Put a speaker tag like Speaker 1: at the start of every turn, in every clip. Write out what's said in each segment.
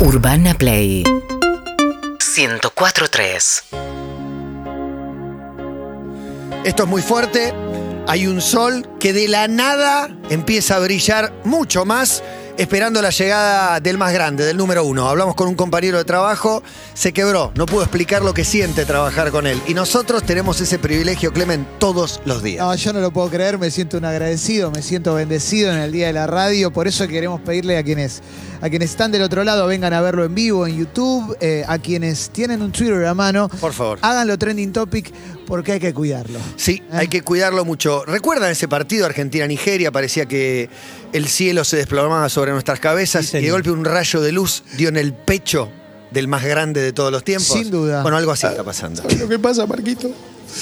Speaker 1: Urbana Play 1043.
Speaker 2: Esto es muy fuerte. Hay un sol que de la nada empieza a brillar mucho más, esperando la llegada del más grande, del número uno. Hablamos con un compañero de trabajo, se quebró, no pudo explicar lo que siente trabajar con él. Y nosotros tenemos ese privilegio, Clemen, todos los días.
Speaker 3: No, yo no lo puedo creer, me siento un agradecido, me siento bendecido en el día de la radio, por eso queremos pedirle a quienes, a quienes están del otro lado, vengan a verlo en vivo, en YouTube, eh, a quienes tienen un Twitter a mano,
Speaker 2: Por favor.
Speaker 3: háganlo trending topic porque hay que cuidarlo.
Speaker 2: Sí,
Speaker 3: Ah.
Speaker 2: hay que cuidarlo mucho. ¿Recuerdan ese partido Argentina-Nigeria? Parecía que el cielo se desplomaba sobre nuestras cabezas y de golpe un rayo de luz dio en el pecho del más grande de todos los tiempos.
Speaker 3: Sin duda.
Speaker 2: Bueno, algo así está pasando.
Speaker 4: ¿Sabes lo que pasa, Marquito?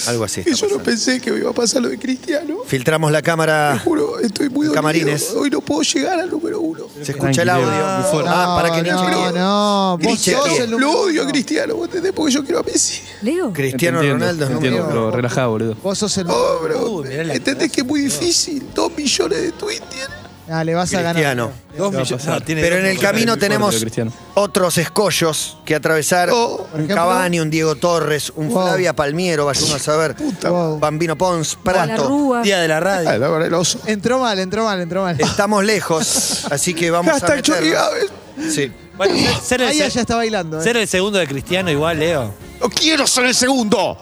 Speaker 2: Algo así.
Speaker 4: Que
Speaker 2: está
Speaker 4: yo no
Speaker 2: pasando.
Speaker 4: pensé que me iba a pasar lo de Cristiano.
Speaker 2: Filtramos la
Speaker 4: Te
Speaker 2: cámara.
Speaker 4: juro, estoy muy dolido.
Speaker 2: Camarines.
Speaker 4: Hoy no puedo llegar al número uno.
Speaker 2: Se escucha el audio. Ah, para que
Speaker 3: no,
Speaker 2: no,
Speaker 3: no, no, vos
Speaker 2: Grille,
Speaker 3: sos
Speaker 2: Grille.
Speaker 3: el
Speaker 4: Lo
Speaker 3: número
Speaker 4: odio a
Speaker 3: uno.
Speaker 4: Cristiano, ¿vos entendés? Porque yo quiero a Messi.
Speaker 5: Leo.
Speaker 2: Cristiano
Speaker 6: Te entiendo,
Speaker 2: Ronaldo es
Speaker 6: te entiendo,
Speaker 2: número
Speaker 6: pero relajado, boludo.
Speaker 3: Vos sos el
Speaker 2: Oh,
Speaker 4: No, bro. ¿Entendés que es muy difícil? Dos millones de tweets tiene.
Speaker 3: Ah, le vas a ganar.
Speaker 2: Cristiano.
Speaker 6: Dos millones.
Speaker 2: Pero en el camino
Speaker 6: Fuerte,
Speaker 2: tenemos
Speaker 6: Cristiano.
Speaker 2: otros escollos que atravesar.
Speaker 4: Oh,
Speaker 3: por
Speaker 2: un
Speaker 3: ejemplo.
Speaker 2: Cavani, un Diego Torres, un
Speaker 3: Wow.
Speaker 2: Flavia Palmiero, vaya uno a saber.
Speaker 4: Puta.
Speaker 3: Wow.
Speaker 2: Bambino Pons,
Speaker 5: La
Speaker 2: Prato.
Speaker 5: rúa.
Speaker 7: de la radio.
Speaker 4: Ah, la verdad, el oso.
Speaker 3: Entró mal, entró mal, entró mal.
Speaker 2: Estamos lejos, así que vamos a
Speaker 4: Hashtag Johnny
Speaker 2: meternos.
Speaker 4: Gávez.
Speaker 2: Sí.
Speaker 7: Bueno, ser, ser el,
Speaker 3: Ahí
Speaker 7: se-
Speaker 3: ya está bailando. eh.
Speaker 7: ser el segundo de Cristiano igual, Leo.
Speaker 4: No quiero ser el segundo.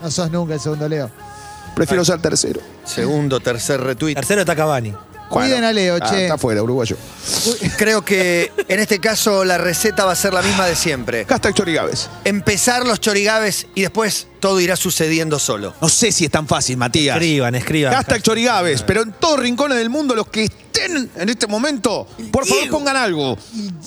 Speaker 3: No sos nunca el segundo Leo.
Speaker 4: Prefiero ser tercero.
Speaker 2: Segundo, tercer retweet.
Speaker 7: Tercero está Cavani.
Speaker 3: Cuiden a Leo,
Speaker 4: Ah,
Speaker 3: che.
Speaker 4: está fuera, uruguayo.
Speaker 2: Creo que en este caso la receta va a ser la misma de siempre.
Speaker 4: Hashtag Johnny Gávez.
Speaker 2: Empezar los chorigaves y después todo irá sucediendo solo.
Speaker 8: No sé si es tan fácil, Matías.
Speaker 7: Escriban, escriban.
Speaker 8: Hashtag Chorigaves, pero en todos rincones del mundo, los que estén en este momento, por favor pongan algo.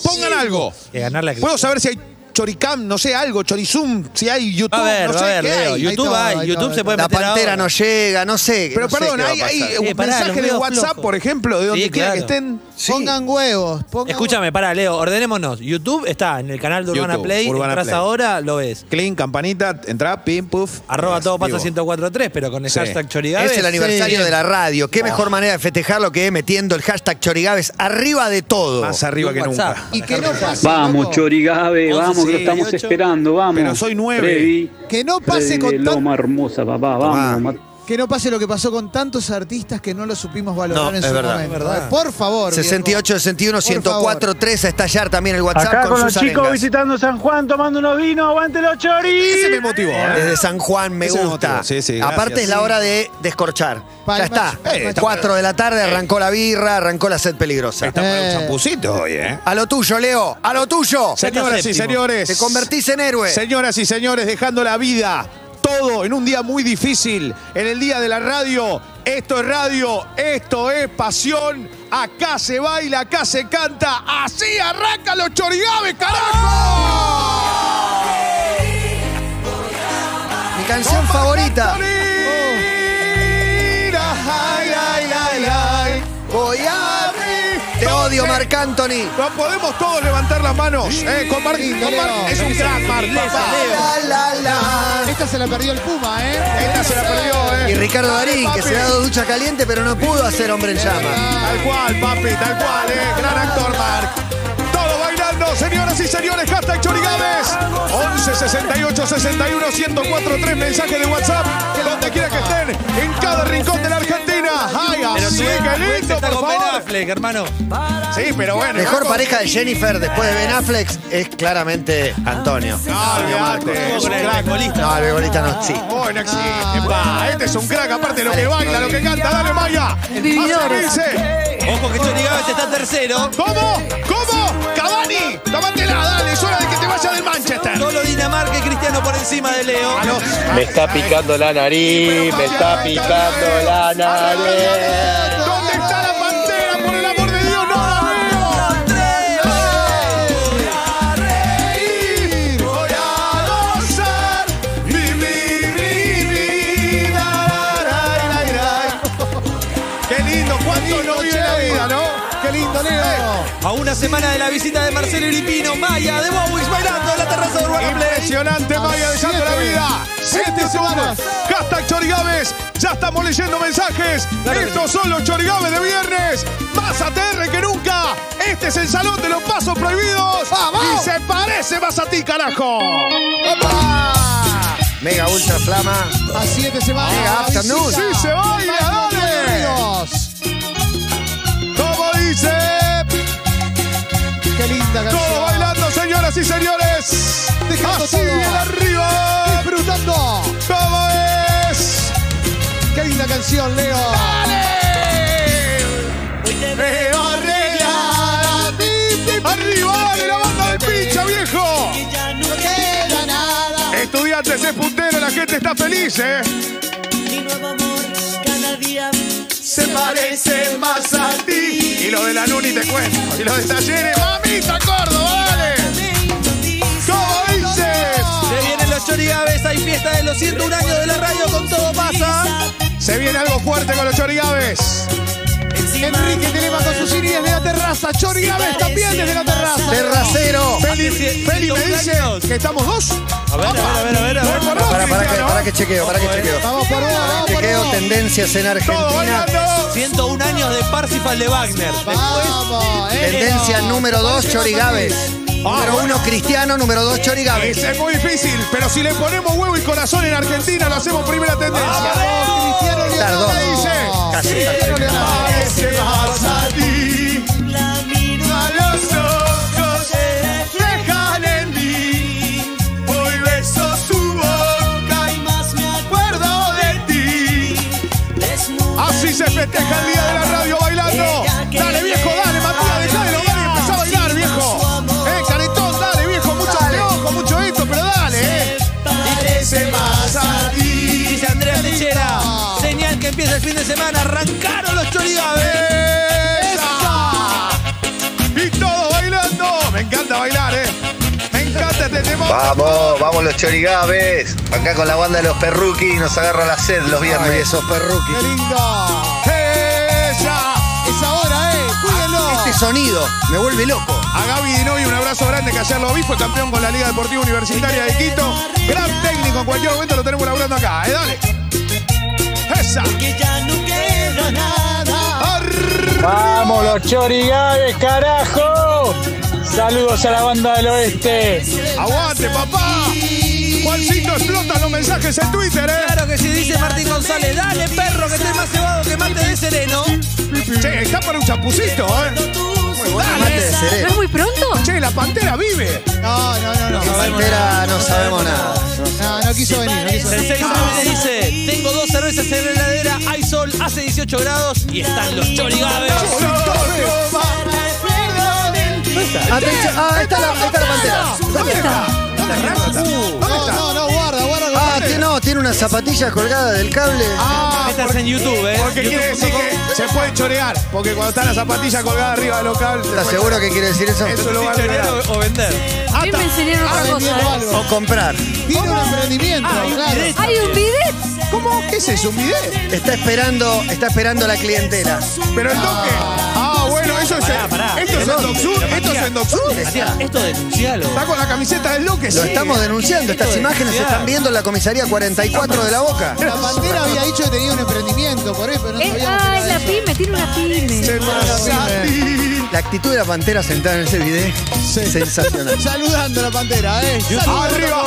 Speaker 8: Pongan algo.
Speaker 7: Que ganarle a
Speaker 8: Puedo saber
Speaker 7: Cristiano.
Speaker 8: si hay Choricam, no sé, algo, Chorizum, si hay YouTube,
Speaker 7: Va a ver,
Speaker 8: no
Speaker 7: va
Speaker 8: sé
Speaker 7: a ver,
Speaker 8: qué
Speaker 7: Leo.
Speaker 8: hay.
Speaker 3: Ahí
Speaker 7: YouTube
Speaker 3: está,
Speaker 7: hay,
Speaker 3: ahí
Speaker 7: YouTube
Speaker 3: está,
Speaker 7: se puede
Speaker 2: La
Speaker 7: meter
Speaker 2: pantera
Speaker 7: ahora.
Speaker 2: no llega, no sé.
Speaker 8: Pero
Speaker 2: no sé
Speaker 8: perdón,
Speaker 2: qué va a
Speaker 8: hay, hay
Speaker 2: pasar.
Speaker 8: un
Speaker 7: Eh, pará,
Speaker 8: mensaje
Speaker 7: los
Speaker 8: de
Speaker 7: veo
Speaker 8: WhatsApp,
Speaker 7: flojos.
Speaker 8: por ejemplo, de donde
Speaker 7: Sí,
Speaker 8: quiera que
Speaker 7: claro.
Speaker 8: estén.
Speaker 3: Pongan huevos. Pongan
Speaker 7: Escúchame, pará, Leo, ordenémonos. YouTube está en el canal de Urbana
Speaker 8: YouTube,
Speaker 7: Play.
Speaker 8: Urbana
Speaker 7: entras
Speaker 8: Play.
Speaker 7: ahora, lo ves.
Speaker 8: Clean, campanita, entra, pim, puff.
Speaker 7: Arroba todo pasa
Speaker 8: Vivo.
Speaker 7: 1043, pero con el
Speaker 8: Sí.
Speaker 7: hashtag Chorigaves.
Speaker 2: Es el aniversario de la radio. Qué mejor manera de festejarlo que metiendo el hashtag Chorigaves arriba de todo.
Speaker 8: Más arriba que
Speaker 7: WhatsApp.
Speaker 8: nunca.
Speaker 3: Y que no pase.
Speaker 9: Vamos,
Speaker 3: loco.
Speaker 9: Chorigabe,
Speaker 7: 11,
Speaker 9: vamos, que lo
Speaker 7: sí,
Speaker 9: estamos
Speaker 7: 18.
Speaker 9: esperando, vamos.
Speaker 8: Pero soy nueve.
Speaker 9: Freddy,
Speaker 3: Que no pase
Speaker 9: Freddy
Speaker 3: con
Speaker 9: de
Speaker 3: tan-
Speaker 9: Loma hermosa, papá, vamos. Mat-
Speaker 3: Que no pase lo que pasó con tantos artistas que no lo supimos valorar
Speaker 2: No,
Speaker 3: en
Speaker 2: es
Speaker 3: su
Speaker 2: verdad.
Speaker 3: momento.
Speaker 7: Es verdad.
Speaker 3: Por favor.
Speaker 2: 68, 61,
Speaker 3: Por favor.
Speaker 2: 104, 3 a estallar también el WhatsApp con, sus arengas.
Speaker 10: visitando San Juan, tomando unos vinos, aguante los
Speaker 8: Ese
Speaker 10: choris.
Speaker 8: me motivó. ¿eh?
Speaker 2: Desde San Juan me
Speaker 8: Ese me
Speaker 2: gusta.
Speaker 8: motivó, sí, sí, gracias.
Speaker 2: Aparte es la
Speaker 8: Sí.
Speaker 2: hora de descorchar.
Speaker 3: Palmas,
Speaker 2: ya está.
Speaker 3: palmas.
Speaker 2: Eh, 4 de la tarde arrancó la birra, arrancó la sed peligrosa.
Speaker 8: Está para
Speaker 3: Eh.
Speaker 8: un champucito hoy, ¿eh?
Speaker 2: A lo tuyo, Leo. A lo tuyo.
Speaker 8: Señoras y
Speaker 7: séptimo.
Speaker 8: señores.
Speaker 2: Te convertís en héroe.
Speaker 8: Señoras y señores, dejando la vida, todo en un día muy difícil, en el día de la radio. Esto es radio, esto es pasión. Acá se baila, acá se canta. Así arrancan los chorigaves, carajo.
Speaker 2: Mi canción favorita.
Speaker 8: Corina, ay, ay, ay, ay.
Speaker 2: Voy a- Te odio, Marc Anthony.
Speaker 8: No podemos todos levantar las manos. eh, con Marc-
Speaker 3: Sí,
Speaker 8: con Marc-
Speaker 3: Leo.
Speaker 8: es un crack, Marc, papá.
Speaker 3: Esta se la perdió el Puma, ¿eh?
Speaker 8: Esta se la perdió, eh.
Speaker 2: Y Ricardo Darín, que
Speaker 8: Papi.
Speaker 2: se le ha dado ducha caliente, pero no pudo hacer hombre en llama.
Speaker 8: Tal cual, papi, tal cual, eh. Gran actor, Mark. Todo bailando, señoras y señores, hashtag Chorigaves. 11 68 61 104 3 mensaje de WhatsApp. Donde quiera que estén, en cada rincón de la Argentina. ¡Ay,
Speaker 7: Pero
Speaker 8: así
Speaker 7: tu
Speaker 8: que
Speaker 7: ex
Speaker 8: lindo,
Speaker 7: está
Speaker 8: por
Speaker 7: con Ben
Speaker 8: favor!
Speaker 7: Affleck, hermano.
Speaker 8: Sí, pero bueno.
Speaker 2: Mejor
Speaker 8: ¿no?
Speaker 2: pareja de Jennifer después de Ben Affleck es claramente Antonio.
Speaker 8: No, olvídate, es un
Speaker 7: Con el
Speaker 8: crack.
Speaker 7: beisbolista.
Speaker 2: No, el bebolista no existe.
Speaker 8: Oh, no
Speaker 2: Ah,
Speaker 8: existe, pa. Este es un crack, aparte lo que baila, lo que canta. Dale, Maya.
Speaker 5: Vividores.
Speaker 8: Hace reírse.
Speaker 7: Ojo que Chorigaves está tercero.
Speaker 8: ¿Cómo? ¿Cómo? Cavani, tómatela, dale. Es hora de que te vayas del Manchester.
Speaker 7: Solo Dinamarca y Cristiano por encima de Leo.
Speaker 8: Me está picando la nariz, me está picando la nariz. ¿Dónde está la pantera? Por el amor de Dios, no la veo. Voy a gozar, vivir mi vida. La, la, la, la. Qué lindo, Eh, cuánto no vive la vida, ¿no? Qué lindo, Leo.
Speaker 7: A una semana de la visita de Marcelo Iripino, Maya de Wawis bailando en la terraza de Urbana Play.
Speaker 8: Impresionante, Maya, dejando la
Speaker 3: siete.
Speaker 8: vida. Siete semanas. Hashtag Chorigaves. Ya estamos leyendo mensajes. Estos son los Chorigaves de viernes. Más ATR que nunca. Este es el salón de los pasos prohibidos.
Speaker 3: ¡Vamos!
Speaker 8: Y ¡Ese vas a ti, carajo!
Speaker 2: ¡Opa! Mega ultra flama.
Speaker 3: Así es que se baila.
Speaker 2: Mega
Speaker 3: la
Speaker 2: afternoon.
Speaker 3: visita.
Speaker 8: Sí, se baila,
Speaker 3: Vamos,
Speaker 8: dale.
Speaker 3: amigos.
Speaker 8: Como dice,
Speaker 3: Qué linda canción.
Speaker 8: todo bailando, señoras y señores.
Speaker 3: Dejando
Speaker 8: Así
Speaker 3: todo.
Speaker 8: bien arriba.
Speaker 3: Disfrutando.
Speaker 8: ¿Cómo es?
Speaker 3: Qué linda canción, Leo.
Speaker 8: Veo arreglada. Arriba, dale la banda de pincha, viejo.
Speaker 3: No queda nada.
Speaker 8: Estudiantes es puntero, la gente está feliz, ¿eh?
Speaker 1: Mi nuevo amor cada día
Speaker 8: Se parece más a ti. Y lo de la Nuni te cuento. Y lo de Talleres, mamita Córdoba, dale.
Speaker 1: me inundiza.
Speaker 8: ¿Cómo dices?
Speaker 7: Se vienen los chorigaves, hay fiesta de los 101 años de la radio con todo pasa.
Speaker 8: Se viene algo fuerte con los chorigaves.
Speaker 1: Encima
Speaker 3: Enrique Telema con sus iris desde la terraza. Chori Gávez también desde la terraza.
Speaker 2: Terracero.
Speaker 8: Feli, Feli me dice que estamos dos.
Speaker 7: A ver, a ver, a ver, a
Speaker 8: Voy
Speaker 7: ver.
Speaker 8: por dos,
Speaker 2: Para, para que,
Speaker 8: Cristiano.
Speaker 2: para que chequeo, para que chequeo.
Speaker 3: Vamos por vos, vamos por
Speaker 2: Chequeo
Speaker 3: vos.
Speaker 2: tendencias en
Speaker 8: Todo
Speaker 2: Argentina.
Speaker 8: bailando.
Speaker 7: 101 años de Parsifal de Wagner.
Speaker 3: Vamos, eh.
Speaker 2: Tendencia número 2, Chorigaves.
Speaker 8: Ah,
Speaker 2: Número 1, Cristiano. Número 2, Chorigaves.
Speaker 8: Ese es muy difícil, pero si le ponemos huevo y corazón en Argentina, lo hacemos primera tendencia. Oh,
Speaker 3: Cristiano
Speaker 2: Tardó.
Speaker 3: Leonardo.
Speaker 2: Casi,
Speaker 3: Cristiano
Speaker 2: casi.
Speaker 3: Leonardo.
Speaker 8: Parece más a ti.
Speaker 1: la miro
Speaker 8: A los ojos se reflejan en mí. Hoy beso su boca
Speaker 1: y más me
Speaker 8: y acuerdo de ti.
Speaker 1: desnuda.
Speaker 8: Así se festeja el día de la radio bailando. Dale, viejo, dale, Matías, dejá de lograr y empezá a bailar, viejo. Eh, caretón, dale, viejo, mucho ojo, mucho esto, pero dale, eh.
Speaker 1: Parece
Speaker 8: más a ti.
Speaker 7: Dice Andrea Techera. Señal que empieza el fin de semana. Arrancaron los chorigaves.
Speaker 8: ¡Esa! Y todos bailando. Me encanta bailar, eh. Me encanta este tema.
Speaker 5: Vamos, vamos los chorigaves. Acá con la banda de los perruquis nos agarra la sed los
Speaker 2: Ay,
Speaker 5: viernes.
Speaker 2: esos perruquis.
Speaker 3: Qué lindo.
Speaker 8: ¡Esa!
Speaker 3: Es ahora, eh. Cuídenlo.
Speaker 2: Este sonido me vuelve loco.
Speaker 8: A Gaby de Novi, un abrazo grande que ayer lo vi, fue campeón con la Liga Deportiva Universitaria de Quito. Gran técnico, en cualquier momento lo tenemos laburando acá, ¿eh? Dale. Esa.
Speaker 1: que ya no queda nada.
Speaker 8: Arr-
Speaker 10: Vamos los chorigaves, carajo. Saludos a la banda del oeste.
Speaker 8: Aguante, papá. Juancito explota los mensajes en Twitter, ¿eh?
Speaker 7: Claro que sí, dice Martín González. Dale, perro, que esté más cebado que mate de sereno.
Speaker 8: Che, está para un chapucito, ¿eh?
Speaker 2: Mate de
Speaker 8: Dale.
Speaker 2: cerebro.
Speaker 6: muy pronto?
Speaker 8: Che, la pantera vive.
Speaker 3: No, no, no, no.
Speaker 2: Pantera, no sabemos nada.
Speaker 3: No, no quiso venir, no quiso venir.
Speaker 7: Sensei Sáenz dice: Tengo dos cervezas en la heladera, hay sol, hace 18 grados y están los chorigaves.
Speaker 2: Atención. Ah, está la, está la pantera.
Speaker 6: ¿Dónde está?
Speaker 3: No, no, no, guarda, guarda.
Speaker 2: Ah, tiene- no, tiene unas zapatillas colgadas del cable.
Speaker 7: Estás en YouTube, ¿eh?
Speaker 8: Porque quiere decir que se puede chorear. Porque cuando está la zapatilla colgada arriba del local.
Speaker 2: ¿Estás seguro que quiere decir eso?
Speaker 8: Eso lo va a
Speaker 7: chorear
Speaker 8: lograr.
Speaker 7: o, o vender.
Speaker 6: A mí me enseñaron otra cosa. ¿eh?
Speaker 2: O comprar.
Speaker 3: Tiene un emprendimiento, claro.
Speaker 7: Interés.
Speaker 6: ¿Hay un bidet?
Speaker 3: ¿Cómo? ¿Qué es eso? ¿Un bidet?
Speaker 2: Está esperando, está esperando la clientela.
Speaker 8: Pero el toque. Ah, bueno, eso es.
Speaker 7: Pará, pará.
Speaker 8: Esto es
Speaker 7: Pero
Speaker 8: en Docsur.
Speaker 7: Matías,
Speaker 8: Esto es en Docsur.
Speaker 7: Matías, esto denuncialo.
Speaker 8: Está con la camiseta del Luque,
Speaker 2: Lo
Speaker 8: sí.
Speaker 2: estamos denunciando. Estas imágenes se están viendo en la comisaría 44 de la Boca.
Speaker 3: La bandera había dicho que tenía un emprendimiento, por eso, pero no
Speaker 6: Eh,
Speaker 3: sabíamos
Speaker 6: ay,
Speaker 3: que
Speaker 6: la
Speaker 3: era eso.
Speaker 6: pyme, tiene una pyme.
Speaker 8: Se pasa a ti.
Speaker 2: La actitud de la pantera sentada en ese video. Sensacional.
Speaker 3: Saludando a la pantera, ¿eh? Saludando a la
Speaker 8: Arriba.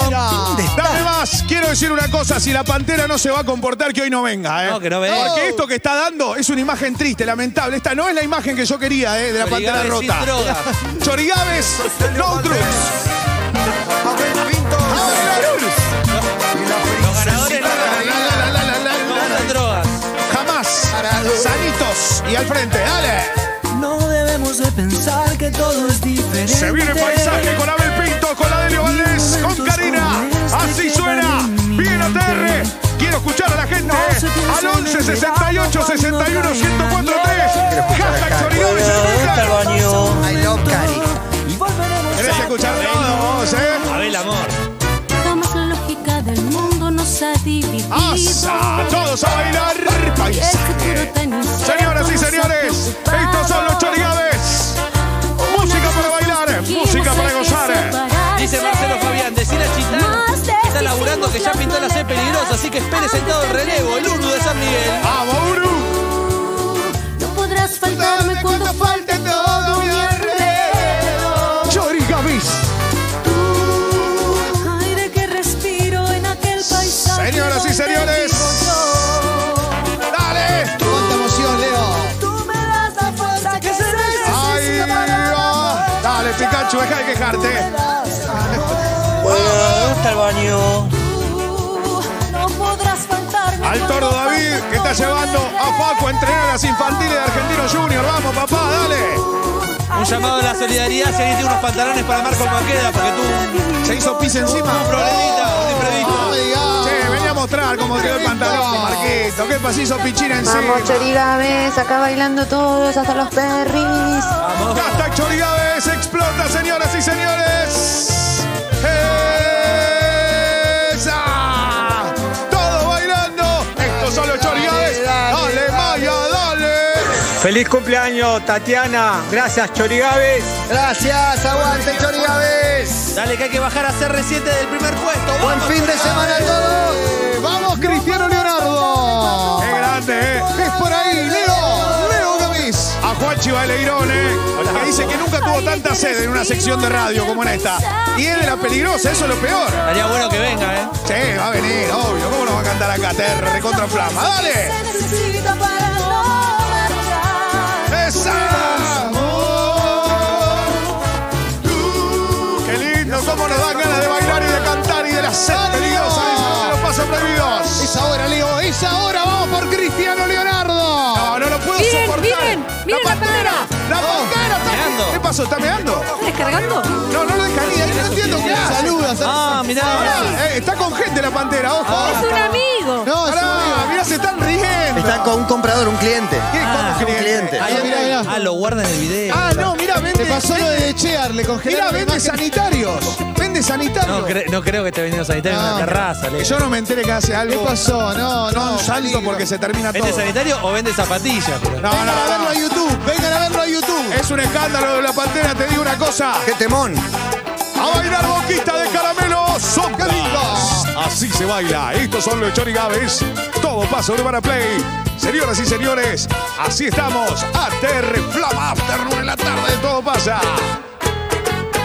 Speaker 3: Pantera.
Speaker 8: Dame más. Quiero decir una cosa. Si la pantera no se va a comportar, que hoy no venga, ¿eh?
Speaker 7: No, que no venga.
Speaker 8: Porque esto que está dando es una imagen triste, lamentable. Esta no es la imagen que yo quería, ¿eh? De la pantera
Speaker 7: Chorigaves sin
Speaker 8: rota.
Speaker 7: droga.
Speaker 8: Chorigaves, no trucs.
Speaker 7: Los ganadores no ganan nada, no ganan drogas.
Speaker 8: Jamás. Sanitos y al frente. Dale.
Speaker 1: No debemos de pensar que todo es diferente.
Speaker 8: Se viene paisaje con Abel Pinto, con Adelio Valdés, con Karina. Así suena. Bien ATR. Quiero escuchar a la gente. ¿eh? Al 11 68 61 1043. Hashtag Solidares en Twitter.
Speaker 2: I love Cari.
Speaker 1: Y volveremos
Speaker 8: Querés escuchar todos, ¿eh?
Speaker 7: Abel Amor.
Speaker 6: Somos la lógica del mundo, nos ha dividido.
Speaker 8: Ah, ¡Asa! Todos a bailar. Paisaje. Señoras y señores, estos son los Chorigaves. Música para bailar, música para gozar. eh.
Speaker 7: Dice Marcelo Fabián, decirle a Chitán que está laburando que ya pintó la C peligrosa, así que espere sentado el relevo, el Uru de San Miguel.
Speaker 8: ¡Vamos, Uru!
Speaker 6: No podrás faltarme cuando falte todo mi alrededor.
Speaker 8: Chorigavis.
Speaker 6: Tú
Speaker 8: Cancho, deja de quejarte.
Speaker 11: ¿dónde está el baño?
Speaker 6: No podrás faltarme.
Speaker 8: Al toro David, que está llevando a Paco a entrenar a las infantiles de Argentino Junior. Vamos, papá, dale.
Speaker 7: Un llamado a la solidaridad si alguien tiene unos pantalones para Marcos Maqueda, porque tú
Speaker 8: se hizo pis encima. Oh
Speaker 7: un problemita, un imprevisto.
Speaker 8: Che, venía a mostrar cómo quedó el pantalón, Marquito. ¿Qué pasó? Hizo pichina encima.
Speaker 12: Vamos, Chorigaves, acá bailando todos, hasta los perris.
Speaker 8: Hashtag Chorigaves explota, señoras y señores. ¡Esa! ah, Todo bailando. Esto son los Chorigaves. Dale, Maya, dale.
Speaker 10: Feliz cumpleaños, Tatiana. Gracias, Chorigaves.
Speaker 2: Gracias, aguante
Speaker 8: Este
Speaker 2: Chorigaves.
Speaker 7: Dale, que hay que bajar a CR7 del primer puesto.
Speaker 2: Buen
Speaker 7: vamos.
Speaker 2: fin de semana a todos.
Speaker 3: ¡Vamos, Cristiano Leonardo!
Speaker 8: Qué grande, eh.
Speaker 3: ¡Es por ahí! ¡Leo! ¡Leo Gamis!
Speaker 8: A Juan Chivaleirón, eh. Que dice que nunca tuvo tanta sed en una sección de radio como en esta. Y es de la peligrosa, eso es lo peor.
Speaker 7: Estaría bueno que venga, ¿eh?
Speaker 8: Che, va a venir, obvio. ¿Cómo nos va a cantar acá? Terra, recontra flama. ¡Dale!
Speaker 6: Se necesita para no marchar.
Speaker 8: ¡Esa! ¡Tú! ¡Qué lindo! ¿Cómo nos dan ganas de bailar y de cantar y de la sed peligrosa de los pasos prohibidos?
Speaker 3: ¡Es ahora, Leo! ¡Es ahora! ¡Vamos por Cristiano Leonardo!
Speaker 8: No, no lo puedo
Speaker 13: Miren,
Speaker 8: soportar.
Speaker 13: miren, miren la
Speaker 8: pantera! ¡La
Speaker 3: Oh.
Speaker 8: pantera! está-
Speaker 7: Meando.
Speaker 8: ¿Qué pasó? ¿Está meando?
Speaker 13: ¿Está descargando?
Speaker 8: No, no lo deja ni ahí, no entiendo qué hace.
Speaker 3: ¡Saluda!
Speaker 7: Ah, mirá.
Speaker 8: Pará, eh, está con gente la pantera, ojo.
Speaker 13: Es
Speaker 3: Ah.
Speaker 13: un amigo.
Speaker 3: ¡No, es un
Speaker 8: Pará, mirá, se están rigiendo.
Speaker 2: Están con un comprador, un cliente.
Speaker 8: ¿Qué?
Speaker 7: Ah,
Speaker 8: ¿Cómo
Speaker 2: un
Speaker 8: creen?
Speaker 2: cliente.
Speaker 7: Ahí
Speaker 3: Ah, mirá,
Speaker 7: anda.
Speaker 3: mirá.
Speaker 7: Ah, lo guardan en el video.
Speaker 8: Ah, no, mirá,
Speaker 3: Te
Speaker 8: vende.
Speaker 3: pasó lo de Chear, le
Speaker 8: Mirá,
Speaker 3: congelaron la
Speaker 8: vende
Speaker 3: imagen.
Speaker 8: sanitarios. Vende sanitarios.
Speaker 7: No, cre- no creo que esté vendiendo sanitario en
Speaker 3: No,
Speaker 7: una terraza, Leo.
Speaker 8: Ah, Yo no me enteré que hace
Speaker 3: ¿Qué
Speaker 8: algo.
Speaker 3: pasó? No,
Speaker 8: No,
Speaker 3: no.
Speaker 8: un salto
Speaker 3: peligro.
Speaker 8: porque se termina todo.
Speaker 7: ¿Vende sanitario o vende zapatillas? pero?
Speaker 8: No,
Speaker 3: Vengan a
Speaker 8: no,
Speaker 3: verlo
Speaker 8: no.
Speaker 3: a YouTube, vengan a verlo a YouTube.
Speaker 8: Es un escándalo de la pantera, te digo una cosa.
Speaker 2: ¡Qué temón!
Speaker 8: A bailar boquita de caramelo, son lindos. Así se baila. Estos son los Chorigaves. Todo pasa Urbana Play. Señoras y señores, así estamos. ATR Flama After 9 de la tarde, todo pasa.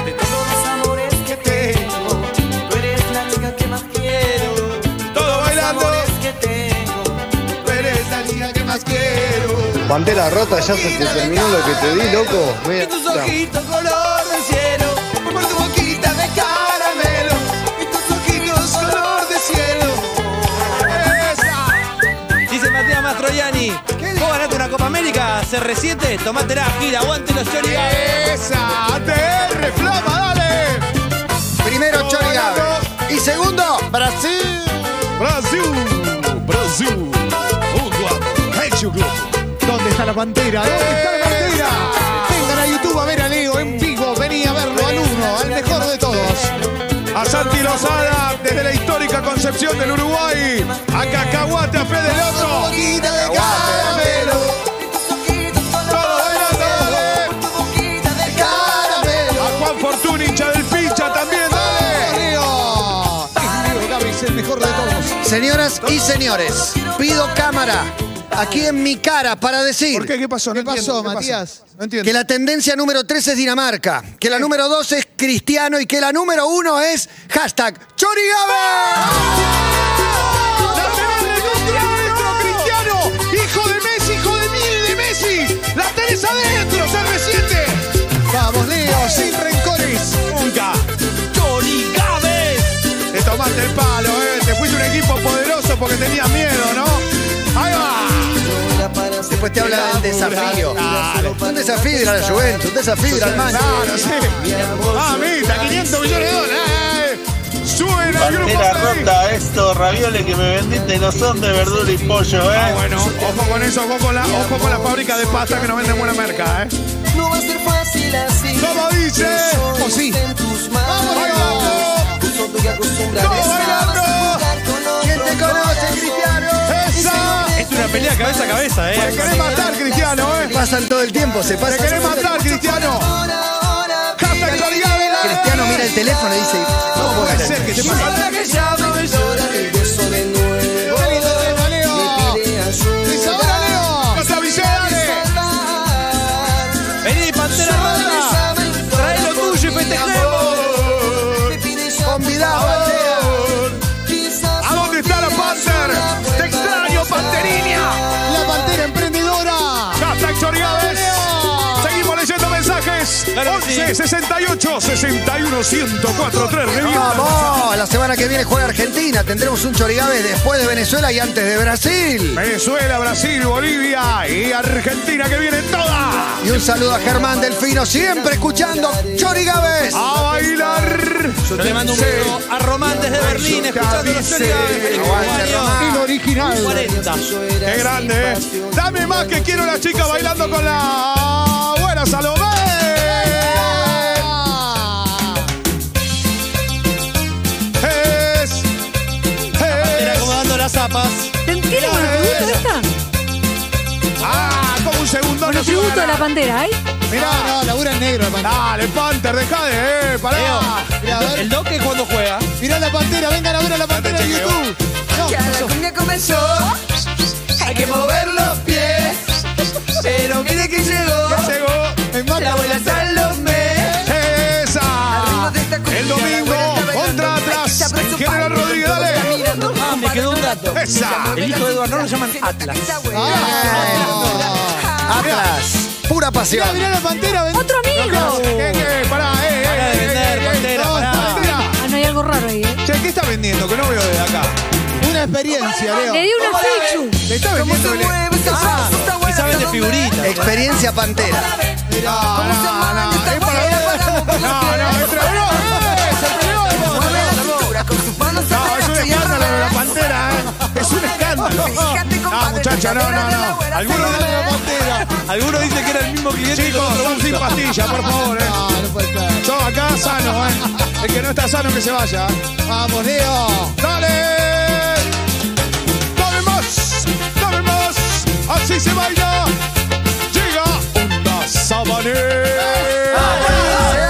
Speaker 1: De todos los amores que
Speaker 8: Este,
Speaker 1: tengo, tú eres la chica que más quiero.
Speaker 8: Todo bailando.
Speaker 1: Amores que tengo, tú eres la chica que más quiero.
Speaker 5: Pantera rota, ya se te terminó lo que te di, loco. Voy a-
Speaker 1: Y tus ojitos color de cielo, por tu boquita de caramelo. Y tus ojitos color de cielo.
Speaker 7: Dice Matías Mastroianni. ¿Vos ganaste una Copa América? CR7, tomátela, gira, aguante los chorigaves.
Speaker 8: Esa, ATR Flama, dale.
Speaker 2: Primero Chorigaves. Y segundo, Brasil.
Speaker 8: Brasil, Brasil, un globo, hecho globo.
Speaker 3: ¿Dónde está la pantera? ¿Dónde está la pantera? Vengan a YouTube a ver a Leo en vivo. Vení a verlo al uno, al mejor de todos.
Speaker 8: A Santi Lozada, desde la histórica Concepción del Uruguay. A Cacahuate, a Fede Loto.
Speaker 1: Boquita de caramelo. Y tus ojitos
Speaker 8: Todo
Speaker 1: color
Speaker 8: era
Speaker 1: de cielo.
Speaker 8: dale.
Speaker 1: Por tu boquita de caramelo.
Speaker 8: A Juan Fortuna, hincha del pincha también, dale.
Speaker 3: Leo. Es Leo Gavis, el mejor de todos.
Speaker 2: Señoras y señores, pido cámara aquí en mi cara para decir
Speaker 8: ¿Qué pasó?
Speaker 3: ¿Qué pasó, Matías?
Speaker 8: No entiendo.
Speaker 2: que la tendencia número 3 es Dinamarca, que la número 2 es Cristiano y que la número 1 es hashtag Chorigabe.
Speaker 8: ¡La final de Cristiano! Cristiano! ¡Hijo de Messi, hijo de mil de Messi! ¡La tenés adentro, CR7!
Speaker 3: Vamos, Leo, sin rencores.
Speaker 8: ¡Nunca!
Speaker 7: ¡Chorigaves!
Speaker 8: Te tomaste el palo, eh. Te fuiste un equipo poderoso porque tenías miedo, ¿no? ¡Ahí va!
Speaker 2: Después te habla del desafío.
Speaker 8: Dale.
Speaker 2: Un desafío ir a la Juventus, un desafío ir al Manchester.
Speaker 8: Claro, sí. Mamita, 500 millones de dólares. eh. Suben al grupo
Speaker 11: Pantera
Speaker 8: Play.
Speaker 11: rota, estos ravioles que me vendiste no son de verdura y pollo,
Speaker 8: Ah,
Speaker 11: ¿eh?
Speaker 8: bueno, ojo con eso, ojo con la, ojo con la fábrica de pasta que no venden buena merca, ¿eh?
Speaker 1: No va a ser fácil así.
Speaker 8: Como dice,
Speaker 3: o sí.
Speaker 1: En tus manos.
Speaker 8: Bailando.
Speaker 1: Solo y acostúmbrate.
Speaker 8: Todo bailando.
Speaker 1: ¿Quién te conoce, Cristiano?
Speaker 8: ¡Esa!
Speaker 7: Es una pelea cabeza a cabeza,
Speaker 8: Te
Speaker 7: eh.
Speaker 8: querés matar, Cristiano, ¿eh?
Speaker 2: Pasan todo el tiempo, se
Speaker 8: Te
Speaker 2: pasa.
Speaker 8: querés matar, Cristiano. Hashtag Chorigabe.
Speaker 2: Cristiano mira el teléfono y dice, no puede
Speaker 8: Puede ser que te pase.
Speaker 1: Ahora que ya no me llora, te beso de nuevo.
Speaker 3: ¡Qué lindo tema, Leo!
Speaker 1: Me pide ayuda.
Speaker 3: ¡Es ahora, Leo!
Speaker 8: ¡No te avisé, dale!
Speaker 1: Salvar.
Speaker 7: Vení, Pantera Rota. Trae lo tuyo y festejemos.
Speaker 1: Me pide ya
Speaker 2: Convidado,
Speaker 1: Quizás
Speaker 8: ¿A dónde está la Panther? ¡Te extraño, Panterinia!
Speaker 3: ¡La pantera emprendedora!
Speaker 8: Hashtag Chorigabe. Seguimos leyendo mensajes.
Speaker 7: Claro que sí.
Speaker 8: 11 368 61 1043
Speaker 2: Vamos, la semana que viene juega Argentina. Tendremos un Chorigabe después de Venezuela y antes de Brasil.
Speaker 8: Venezuela, Brasil, Bolivia y Argentina que viene toda.
Speaker 2: Y un saludo a Germán Delfino, siempre escuchando Chorigaves.
Speaker 3: Ah,
Speaker 8: A bailar.
Speaker 7: Yo le mando un beso a Román desde Berlín, escuchando los
Speaker 8: El
Speaker 7: original. 40.
Speaker 8: Qué grande, ¿eh? Dame más que quiero la chica bailando con la buena Salomé. Es.
Speaker 7: Era
Speaker 8: Es.
Speaker 7: acomodando las zapas.
Speaker 13: ¿Te entiendes con el tributo esta?
Speaker 8: Ah, como un segundo.
Speaker 13: Con el tributo de la pantera, ¿ay?
Speaker 8: Mirá.
Speaker 3: No, labura en negro la pantera.
Speaker 8: Ah. Dale, Panther, dejá de, eh, pará.
Speaker 7: Leo,
Speaker 3: Mirá, a ver.
Speaker 7: El doque cuando juega.
Speaker 3: Mirá la pantera, vengan a ver a la pantera en
Speaker 8: chequeo.
Speaker 3: YouTube. No,
Speaker 1: Ya la cumbia comenzó, hay que mover los pies. Pero mire que llegó,
Speaker 8: Ya llegó.
Speaker 3: es más,
Speaker 1: la abuela Salomé.
Speaker 8: Esa. El domingo, contra atrás. General Rodríguez, dale.
Speaker 7: Ah, me quedó un dato.
Speaker 8: Esa.
Speaker 7: El hijo de Eduardo lo llaman Atlas.
Speaker 2: Atlas, pura pasión.
Speaker 3: Mirá, mirá la pantera, ven.
Speaker 13: ¡Otro amigo!
Speaker 8: ¿Qué, qué? Pará, eh, eh,
Speaker 7: Para de
Speaker 8: eh,
Speaker 7: vender,
Speaker 8: eh, eh,
Speaker 7: Pantera,
Speaker 8: no,
Speaker 7: pará.
Speaker 8: Pantera.
Speaker 13: Ah, no hay algo raro ahí, ¿eh?
Speaker 8: Che, ¿qué está vendiendo? Que no veo desde acá.
Speaker 3: Una experiencia,
Speaker 13: Ah, Le
Speaker 3: Leo.
Speaker 13: di una fichu.
Speaker 8: Le está
Speaker 1: ¿Cómo se
Speaker 8: vendiendo el.
Speaker 1: mueve esa
Speaker 7: Ah,
Speaker 1: cosa, esa
Speaker 7: y
Speaker 1: buena
Speaker 7: saben de
Speaker 1: Salomé?
Speaker 7: figuritas.
Speaker 2: Experiencia Pantera.
Speaker 8: No, no, no, es para- No, no, es para- no, eh, se peleó, no,
Speaker 1: Mueve la cintura con sus manos
Speaker 8: no, es un
Speaker 1: atrás y
Speaker 8: escándalo de la
Speaker 1: ahora.
Speaker 8: pantera, ¿eh? Es un escándalo.
Speaker 1: Fíjate,
Speaker 8: No,
Speaker 1: compadre,
Speaker 8: muchacha, no, no, no. Algunos de la pantera.
Speaker 7: Algunos dicen que era el mismo cliente. que
Speaker 8: Chicos,
Speaker 7: otro
Speaker 8: son sin
Speaker 7: busca.
Speaker 8: pastilla, por favor, ¿eh?
Speaker 3: No, no puede ser.
Speaker 8: Yo acá sano, ¿eh? El que no está sano que se vaya.
Speaker 3: Vamos, Leo.
Speaker 8: ¡Dale! ¡Dame más! ¡Dame más! ¡Así se baila! ¡Llega una sabanera!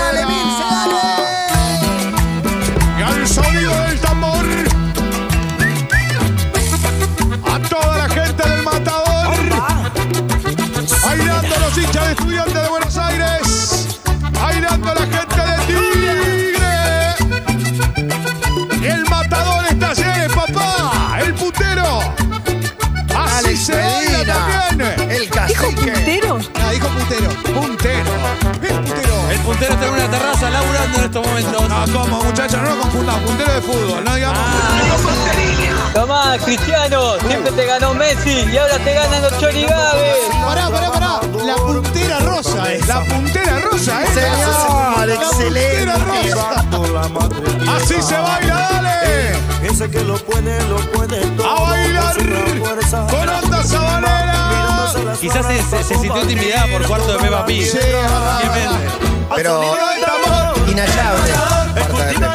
Speaker 2: Dale, Vince, dale.
Speaker 8: ¡Y al sonido del tambor! ¡A toda la gente del matador! ¡Bailando los hinchas de estudiantes de Buenos Aires! ¡Bailando la gente de Tigre! ¡El matador está lleno, papá! ¡El putero! ¡Así
Speaker 2: Alex
Speaker 8: se baila
Speaker 2: Medina.
Speaker 8: también!
Speaker 2: El
Speaker 13: ¿Dijo
Speaker 2: cacique.
Speaker 13: puntero?
Speaker 3: Ah, dijo puntero.
Speaker 8: ¡Puntero! ¡El putero!
Speaker 7: El puntero está en una terraza laburando en estos momentos.
Speaker 8: No, como muchachos, Ah, no lo confundamos. Puntero de fútbol, no digamos.
Speaker 2: Ah,
Speaker 10: Tomá, Cristiano, siempre te ganó Messi y ahora te ganan los chorigabes.
Speaker 3: Pará, pará, pará. La puntera rosa es.
Speaker 8: La puntera rosa, ¿eh?
Speaker 2: Señor,
Speaker 8: La puntera
Speaker 2: excelente.
Speaker 8: rosa. Así se baila, dale.
Speaker 14: Ese que lo puede, lo puede todo.
Speaker 8: A bailar con onda sabanera.
Speaker 7: Quizás se, se- se sintió intimidada por cuarto de Peppa Pig. Simplemente.
Speaker 2: Pero inhallable.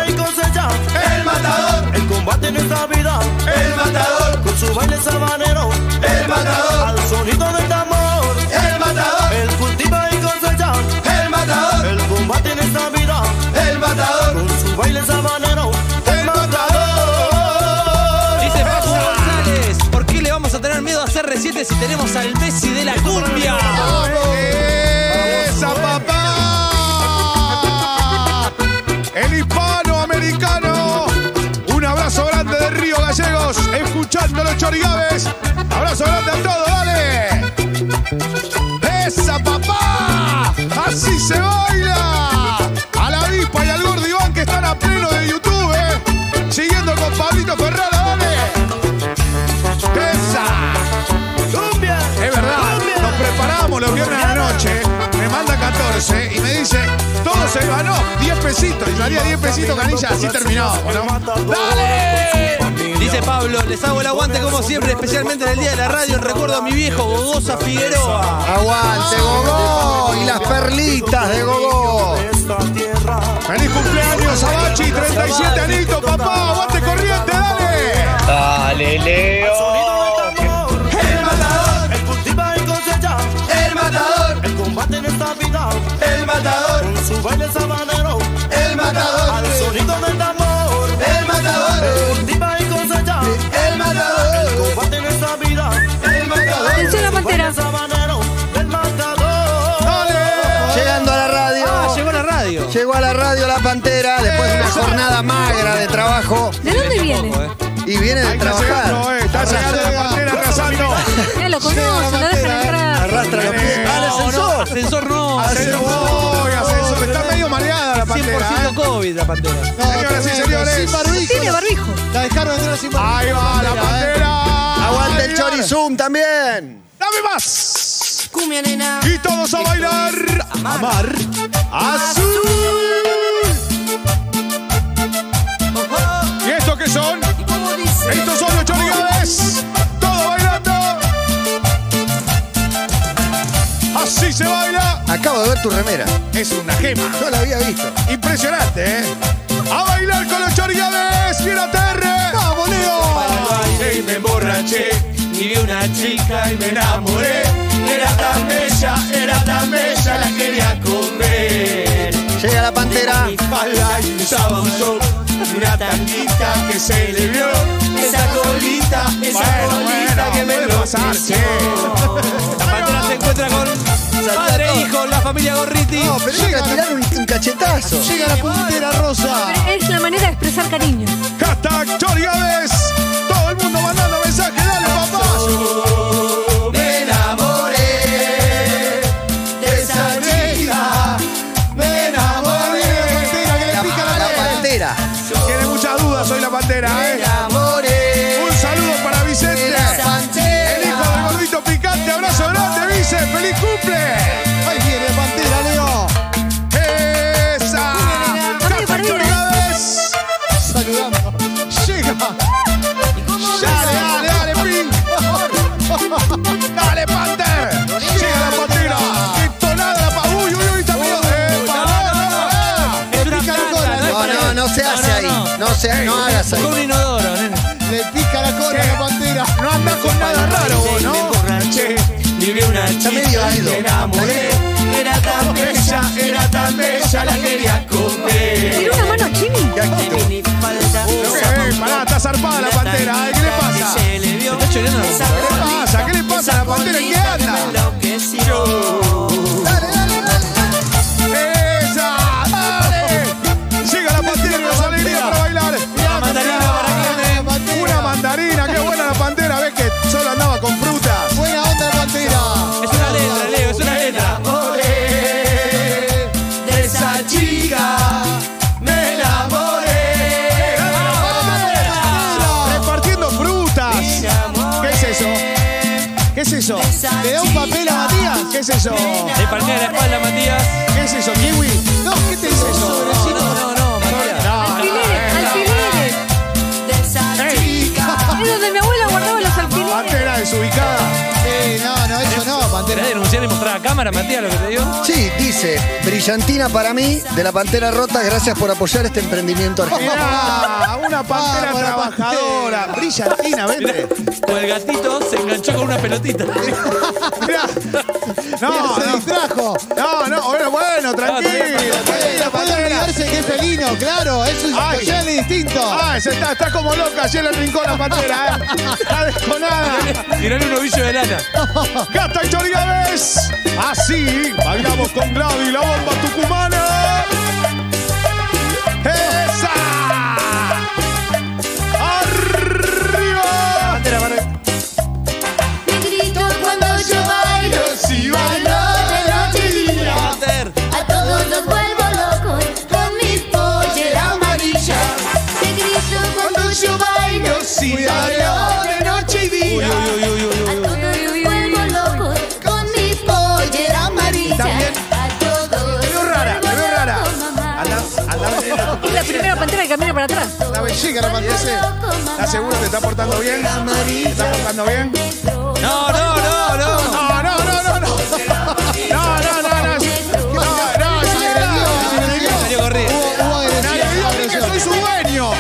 Speaker 14: y con sella,
Speaker 8: El matador,
Speaker 14: el combate en esta vida,
Speaker 8: el matador,
Speaker 14: con su baile sabanero,
Speaker 8: el matador,
Speaker 14: al sonido del tambor,
Speaker 8: el matador,
Speaker 14: el cultiva y con sella,
Speaker 8: el matador,
Speaker 14: el combate en esta vida,
Speaker 8: el matador,
Speaker 14: con su baile sabanero,
Speaker 8: el matador.
Speaker 7: Dice Paco González, ¿por qué le vamos a tener miedo a CR7 si tenemos al Messi de la cumbia?
Speaker 8: ¡Esa papá! El hispanoamericano. Un abrazo grande de Río Gallegos. Escuchando los chorigaves. Abrazo grande a todos, dale. ¡Esa papá! ¡Así se baila! A la avispa y al gordo Iván que están a pleno de YouTube. eh. Siguiendo con Pablito Ferrara, dale. ¡Esa!
Speaker 14: cumbia,
Speaker 8: Es verdad, nos preparamos los viernes a la noche, me manda 14 y me dice, todo se ganó, 10 pesitos. Y salía 10 pesitos, canilla, así terminó. Bueno,
Speaker 7: ¡Dale! Dice Pablo, les hago el aguante como siempre, especialmente en el día de la radio. Recuerdo a mi viejo Gogosa Figueroa.
Speaker 2: Aguante, Gogó. Y las perlitas de Gogó.
Speaker 14: esta tierra,
Speaker 8: feliz cumpleaños, Sabachi, 37 anito, papá, aguante corriente, dale.
Speaker 5: Dale, Leo.
Speaker 14: tambor,
Speaker 8: El matador,
Speaker 14: el cultiva y con sella,
Speaker 8: el matador,
Speaker 14: el combate en esta vida,
Speaker 8: el matador,
Speaker 14: con su baile sabanero,
Speaker 8: el matador,
Speaker 14: al sonido del tambor,
Speaker 8: el matador,
Speaker 14: cultiva y con sella,
Speaker 8: el matador,
Speaker 14: combate en esta vida,
Speaker 8: el matador.
Speaker 13: Atención la pantera.
Speaker 14: baile sabanero, el matador.
Speaker 8: Dale.
Speaker 2: Llegando a la radio.
Speaker 7: Ah, llegó la radio.
Speaker 2: Llegó a la radio La Pantera después de una jornada magra de trabajo
Speaker 13: ¿De dónde viene?
Speaker 7: eh.
Speaker 2: y viene de
Speaker 8: Ahí Está llegando, eh,
Speaker 2: trabajar.
Speaker 8: está llegando la pantera arrasando.
Speaker 13: Ya lo conoce, lo dejan entrar.
Speaker 2: Arrastra los pies.
Speaker 7: No,
Speaker 2: ¡Al
Speaker 7: no,
Speaker 2: ascensor!
Speaker 7: ascensor no.
Speaker 8: Ascensor, voy, ascensor. Está medio
Speaker 7: 100% COVID la pantera.
Speaker 8: eh. Señoras y señores.
Speaker 3: Sin barbijo.
Speaker 13: Tiene barbijo.
Speaker 3: La dejaron entrar sin barbijo.
Speaker 8: Ahí va la pantera.
Speaker 2: eh. Aguante el chorizum también.
Speaker 8: ¡Dame más! Y todos a bailar. Amar. Azul. ¿Y estos qué son? Estos son los chorigales. Todos bailando. Así se baila.
Speaker 2: Acabo de ver tu remera.
Speaker 8: Es una gema.
Speaker 2: No la había visto.
Speaker 8: Impresionante, ¿eh? A bailar con los chorigales. Bien a Terre. ¡Vamos,
Speaker 11: Bailé y me emborraché y vi una chica y me enamoré. Era tan bella, era tan bella, la quería comer.
Speaker 2: Llega la pantera.
Speaker 11: Mi falda y usaba un top y una tanguita que se le vio. Esa colita, esa colita que me lo
Speaker 7: La pantera se encuentra con padre e hijo, la familia Gorriti.
Speaker 2: No, pero llega a tirar un, un cachetazo.
Speaker 3: Llega la puntera rosa.
Speaker 13: Es la manera de expresar cariño.
Speaker 8: Hashtag Chorigaves. Todo el mundo mandando mensaje. Dale, papá.
Speaker 11: Me enamoré de esa chica. Me enamoré.
Speaker 8: Pantera, que le
Speaker 2: La,
Speaker 8: pica la
Speaker 2: la
Speaker 8: pantera.
Speaker 2: pantera.
Speaker 8: Tiene muchas dudas hoy la pantera, ¿eh? Un saludo para Vicente. El hijo del gordito picante. Abrazo grande, Vice. ¡Feliz cumple!
Speaker 3: Ahí viene Pantera, Leo.
Speaker 8: ¡Esa!
Speaker 13: Cambio
Speaker 8: Hashtag
Speaker 13: para vida.
Speaker 8: Chorigaves.
Speaker 3: Saludando. Llega.
Speaker 8: Dale, dale, dale, Pink. Dale, Panther. Llega la pantera. Detonada la pa. Uy, uy, uy, está mío. ¡Epa! ¡Epa!
Speaker 7: Es una
Speaker 3: pica la cola,
Speaker 7: planta, no es
Speaker 2: No, no,
Speaker 7: para-
Speaker 2: no se hace
Speaker 7: no,
Speaker 2: ahí.
Speaker 7: no.
Speaker 2: No, se, no hagas
Speaker 7: Con
Speaker 2: ahí.
Speaker 7: un inodoro, nene.
Speaker 3: Le pica la cola a la Pantera.
Speaker 8: No anda con nada raro vos,
Speaker 11: Me
Speaker 8: ¿no?
Speaker 11: emborraché y vi una
Speaker 2: medio
Speaker 11: chica y
Speaker 2: ido.
Speaker 11: me enamoré. Era tan bella, era tan bella, la quería comer.
Speaker 13: Tiene una mano chini.
Speaker 2: Qué actitud.
Speaker 11: De minifalda usaba
Speaker 8: Eh,
Speaker 11: un
Speaker 8: pará,
Speaker 11: top
Speaker 8: está zarpada la
Speaker 11: y una
Speaker 8: pantera, ¿eh? ¿Qué le
Speaker 11: tanguita
Speaker 8: pasa?
Speaker 11: que se le vio.
Speaker 7: Está choreando la eh?
Speaker 11: Esa
Speaker 8: ¿Qué le
Speaker 11: gordita,
Speaker 8: pasa? ¿Qué le pasa a la
Speaker 11: esa
Speaker 8: pantera? ¿En qué
Speaker 11: gordita que
Speaker 8: anda?
Speaker 11: me enloqueció.
Speaker 8: ¡Esa! ¡Dale! Llega la pantera con esa alegría para bailar.
Speaker 7: La mandarina para que
Speaker 3: Dale, Pantera.
Speaker 8: Una mandarina, qué buena la pantera. Ves que solo andaba con frutas.
Speaker 3: Buena onda, Pantera.
Speaker 7: Es una letra, Leo, es una letra.
Speaker 11: enamoré de esa chica, me enamoré.
Speaker 8: Repartiendo frutas. ¿Qué es eso? ¿Qué es eso?
Speaker 3: ¿Le da un papel a Matías?
Speaker 8: ¿Qué es eso?
Speaker 7: Le partía la espalda, Matías.
Speaker 8: ¿Qué es eso, kiwi?
Speaker 3: No, ¿qué te dice eso?
Speaker 7: No, no, no, Matías.
Speaker 13: Alfileres, alfileres. Es donde mi abuela guardaba los alfileres.
Speaker 8: Pantera desubicada.
Speaker 3: Sí, Eh, no, no, eso no,
Speaker 7: ¿Querés
Speaker 3: Pantera.
Speaker 7: denunciar y mostrar a cámara, Matías, lo que te digo?
Speaker 2: Sí, dice, brillantina para mí, de la Pantera Rota, gracias por apoyar este emprendimiento argentino.
Speaker 8: Mirá, una pantera
Speaker 3: Vamos, la pantera.
Speaker 8: trabajadora. Brillantina, vente.
Speaker 7: Con el gatito se enganchó con una pelotita.
Speaker 8: Mirá. No,
Speaker 3: Se
Speaker 8: no.
Speaker 3: distrajo.
Speaker 8: No, no, bueno, bueno, tranquilo.
Speaker 3: Pantera,
Speaker 8: tranquilo,
Speaker 3: puede
Speaker 8: pantera.
Speaker 3: olvidarse que es felino, claro, eso es
Speaker 8: Ay.
Speaker 3: totalmente distinto.
Speaker 8: Ah, se está, está como loca allí en el rincón la pantera, ¿eh? Está desconada.
Speaker 7: Tirarle un ovillo de lana.
Speaker 8: Gata y Chorigaves. Así bailamos con Gladys la bomba tucumana. ¡Esa! ¡Arriba!
Speaker 7: Pantera, para-
Speaker 6: Me grito cuando yo bailo,
Speaker 8: Si
Speaker 6: bailo de noche y día. A todos los vuelvo locos con mi pollera amarilla. Te grito cuando yo bailo,
Speaker 8: si
Speaker 6: de noche y día. A todos los vuelvo locos con mi pollera amarilla. A todos
Speaker 8: Te veo rara, te veo rara.
Speaker 13: Es la primera pantera que camina para atrás.
Speaker 8: La bellica la pantalla. ¿Estás seguro? ¿Te está portando bien? ¿Te está portando bien?
Speaker 7: No, no, no, no.
Speaker 8: No, no, no, no, no. No, no, no, no. No, no, sí, no.
Speaker 7: Salió corriendo.
Speaker 3: Hubo, hubo agresión,
Speaker 8: Nadie vio a mí que
Speaker 3: agresión.
Speaker 8: soy su dueño.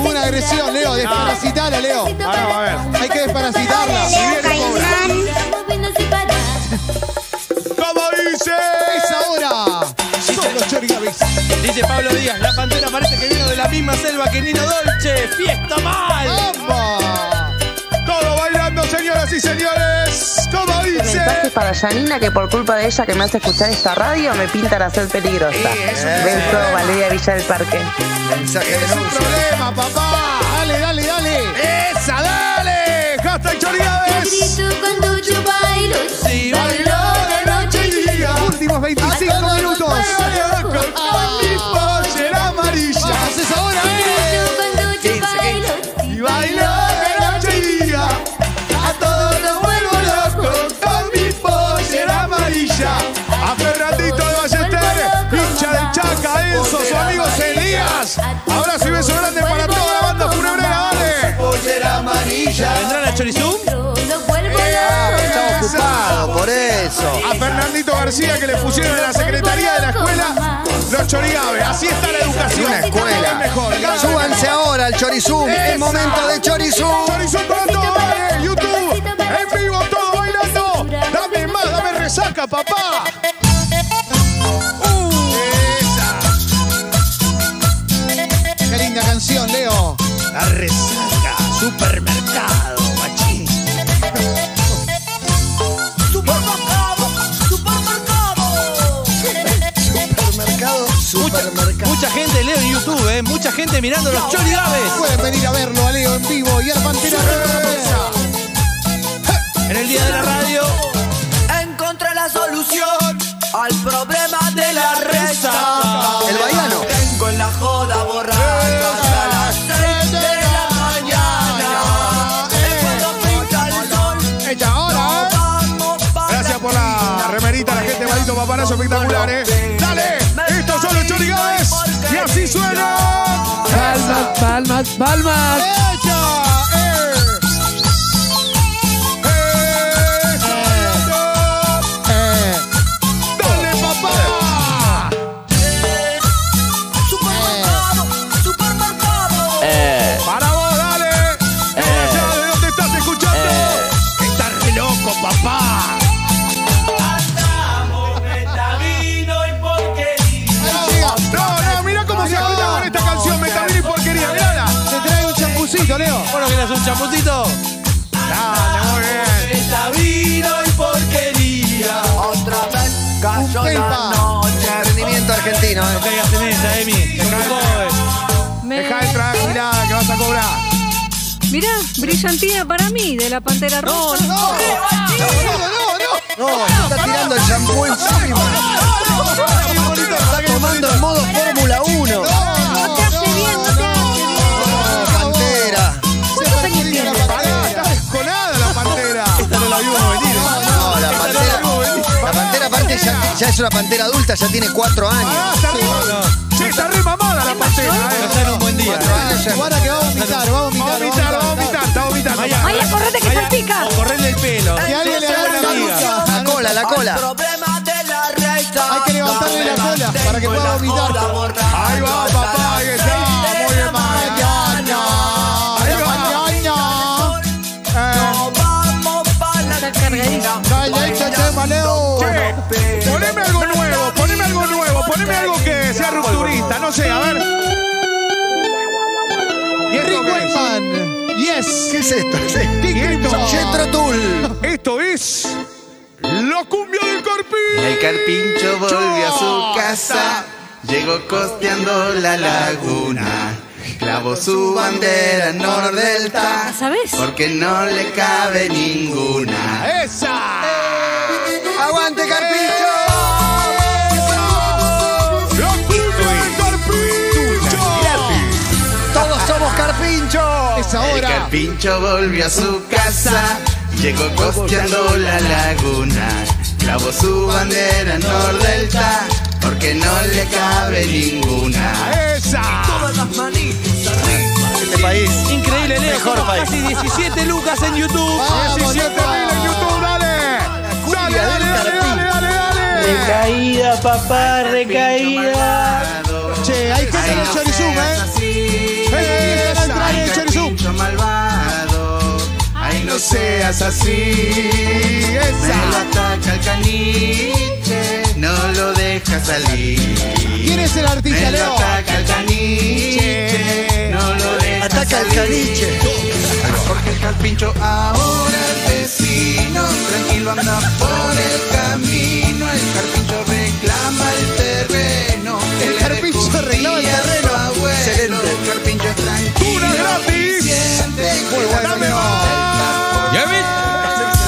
Speaker 3: Hubo una agresión,
Speaker 13: eh.
Speaker 3: Leo, desparasitala, Leo.
Speaker 8: Ahora, a ver.
Speaker 3: Hay que desparasitarla.
Speaker 8: ¿Cómo dice?
Speaker 3: Es ahora. Son los chorigaves.
Speaker 7: Dice Pablo Díaz, la pantera parece que vino de la misma selva que Nino Dolce. ¡Fiesta mal!
Speaker 3: ¡Vamos!
Speaker 8: Todo bailando, señoras y señores. ¿Cómo dice?
Speaker 15: Mensajes para Janina que por culpa de ella que me hace escuchar esta radio me pintan a ser peligrosa. Beso, Valeria Villa del Parque.
Speaker 2: Mensaje de
Speaker 8: Es un
Speaker 2: anuncio.
Speaker 8: problema, papá.
Speaker 3: Dale, dale, dale.
Speaker 8: Esa, dale. Hashtag Chorigades.
Speaker 6: cuando yo bailo,
Speaker 7: Sí,
Speaker 6: bailo de noche y día.
Speaker 3: Últimos 25 minutos.
Speaker 11: con mi pollera amarilla.
Speaker 1: Haces ahora, eh.
Speaker 11: 15, 15. Y bailo de noche y día. A todos los vuelvo loco con mi pollera amarilla. A Fernandito de Ballester, hincha del Chaca, Enzo, su amigo Elías. Abrazo y beso grande para toda la banda funebrera, dale. Pollera amarilla.
Speaker 7: ¿Vendrá la Chorizum?
Speaker 6: Los vuelvo
Speaker 2: Está ocupado, por eso.
Speaker 8: A Fernandito García que le pusieron en la secretaría de la escuela los chorigaves. Así está la educación.
Speaker 2: Una
Speaker 8: Cada vez
Speaker 2: escuela.
Speaker 8: mejor.
Speaker 2: Súbanse ahora al Chorizum. Es
Speaker 8: Esa.
Speaker 2: momento de Chorizum.
Speaker 8: Chorizum pronto, dale. eh, YouTube. En vivo, todo bailando. Dame más, dame resaca, papá. Esa.
Speaker 3: Qué linda canción, Leo.
Speaker 1: La resaca, supermercado, machín.
Speaker 14: Supermercado, supermercado.
Speaker 2: Supermercado, supermercado.
Speaker 7: Mucha gente leo en YouTube, ¿eh? Mucha gente mirando los chorigaves.
Speaker 3: Pueden venir a verlo a Leo en vivo y al Pantera.
Speaker 7: En el día de la radio.
Speaker 14: Encontré la solución al problema de la resaca.
Speaker 2: El baiano.
Speaker 14: Tengo en la joda borracha hasta las 6 de la mañana. Después pinta el sol.
Speaker 8: Hecha ahora.
Speaker 14: Vamos para
Speaker 8: Gracias por la remerita, la gente maldito paparazo espectacular, eh. Dale. Estos son los chorigaves. Y así suena.
Speaker 11: Palmas, palmas, palmas.
Speaker 8: ¡Hecha! ¡Eh! Eh, ¡Eso! ¡Dale, papá!
Speaker 14: supermercado, supermercado.
Speaker 8: ¡Para vos, dale! Allá de dónde estás escuchando! Eh, ¡Estás re loco, papá! No, no, mirá cómo se escucha con esta canción, Metamina y porquería, mirala.
Speaker 3: Te trae un champucito, Leo.
Speaker 7: Bueno, que le hace un chapucito.
Speaker 8: Dale, muy bien.
Speaker 11: Está vino y porquería.
Speaker 14: Otra vez cayó la
Speaker 2: felpa.
Speaker 14: noche.
Speaker 2: Rendimiento argentino,
Speaker 7: No
Speaker 2: eh.
Speaker 7: caigas en esa, Emi. Te joven.
Speaker 8: Dejá de tragar girada que vas a cobrar.
Speaker 13: Mirá, brillantina para mí de la pantera rosa.
Speaker 2: No, no, se está tirando el shampoo encima. Está tomando en modo Fórmula 1.
Speaker 13: No te hace bien, no te hace bien.
Speaker 2: Pantera.
Speaker 13: ¿Cuántos años tienes?
Speaker 8: Pará, está desconada la pantera.
Speaker 7: Esta no la vimos venir.
Speaker 2: No, la pantera.
Speaker 7: ¿eh?
Speaker 2: La pantera, aparte, ya, ya es una pantera adulta, ya tiene cuatro años.
Speaker 8: Pará, está re, Sí, está re mamada la pantera.
Speaker 7: No
Speaker 8: eh.
Speaker 7: está en un buen día.
Speaker 2: Cuatro años ya.
Speaker 3: Guarda que va a vomitar, va a
Speaker 8: Va a
Speaker 3: vomitar.
Speaker 8: vomitar, va a Eh, vomitar, está vomitando.
Speaker 13: Maya, correte que salpica.
Speaker 7: O correrle el pelo.
Speaker 3: Y alguien le agarra la
Speaker 7: amiga.
Speaker 2: La cola, la cola.
Speaker 14: Problema de la resaca.
Speaker 3: Hay que levantarle la cola para que pueda vomitar.
Speaker 8: Ahí va, papá, ahí está. Muy bien, mañana. Ahí
Speaker 14: Nos
Speaker 8: va.
Speaker 14: vamos para la
Speaker 13: Está cargadita.
Speaker 8: Che, poneme algo nuevo, poneme algo nuevo, poneme algo que sea rupturista, no sé, a ver. ¿Y esto qué es?
Speaker 3: Man. Yes.
Speaker 2: ¿Qué es esto?
Speaker 8: ¿Y esto?
Speaker 2: Jetro Tull.
Speaker 8: Esto es. ¡Lo cumbia del corpín!
Speaker 5: El carpincho volvió a su casa, llegó costeando la laguna, clavó su bandera en Nordelta,
Speaker 13: ¿Sabes?
Speaker 5: porque no le cabe ninguna.
Speaker 8: ¡Esa!
Speaker 2: ¡Aguante, Carpicho!
Speaker 8: ¡Lo cumbia del corpín!
Speaker 2: ¡Todos somos Carpincho!
Speaker 3: Es
Speaker 5: El
Speaker 3: ahora.
Speaker 5: carpincho volvió a su casa, llegó costeando la laguna, clavó su bandera en Nordelta, porque no le cabe ninguna.
Speaker 8: ¡Esa!
Speaker 14: Todas las manitas
Speaker 2: Este país.
Speaker 7: Increíble, Leo. Mejor casi 17 lucas en YouTube.
Speaker 3: Vamos,
Speaker 8: 17.000 en YouTube, dale. Dale,
Speaker 2: cumbia
Speaker 8: dale,
Speaker 2: del
Speaker 8: dale, dale, dale, dale.
Speaker 10: Recaída, papá, recaída.
Speaker 3: Che, ahí canta el chorizum, eh.
Speaker 8: Esa.
Speaker 3: Empiezan a entrar en el chorizum.
Speaker 5: Carpincho malvado, ay no seas así. Me lo
Speaker 8: Esa.
Speaker 5: ataca el caniche, no lo deja salir.
Speaker 3: ¿Quién es el artista,
Speaker 5: Me lo
Speaker 3: Leo?
Speaker 5: ataca el caniche, no lo deja
Speaker 2: Ataca el
Speaker 5: salir.
Speaker 2: caniche.
Speaker 5: Porque el carpincho ahora el vecino, tranquilo anda por el camino. El carpincho reclama el terreno. que
Speaker 3: El
Speaker 5: le
Speaker 3: carpincho
Speaker 5: recogía
Speaker 3: reclama el
Speaker 5: su
Speaker 3: terreno.
Speaker 5: abuelo.
Speaker 2: Excelente.
Speaker 5: El carpincho es tranquilo.
Speaker 8: Una gratis. Muy bueno.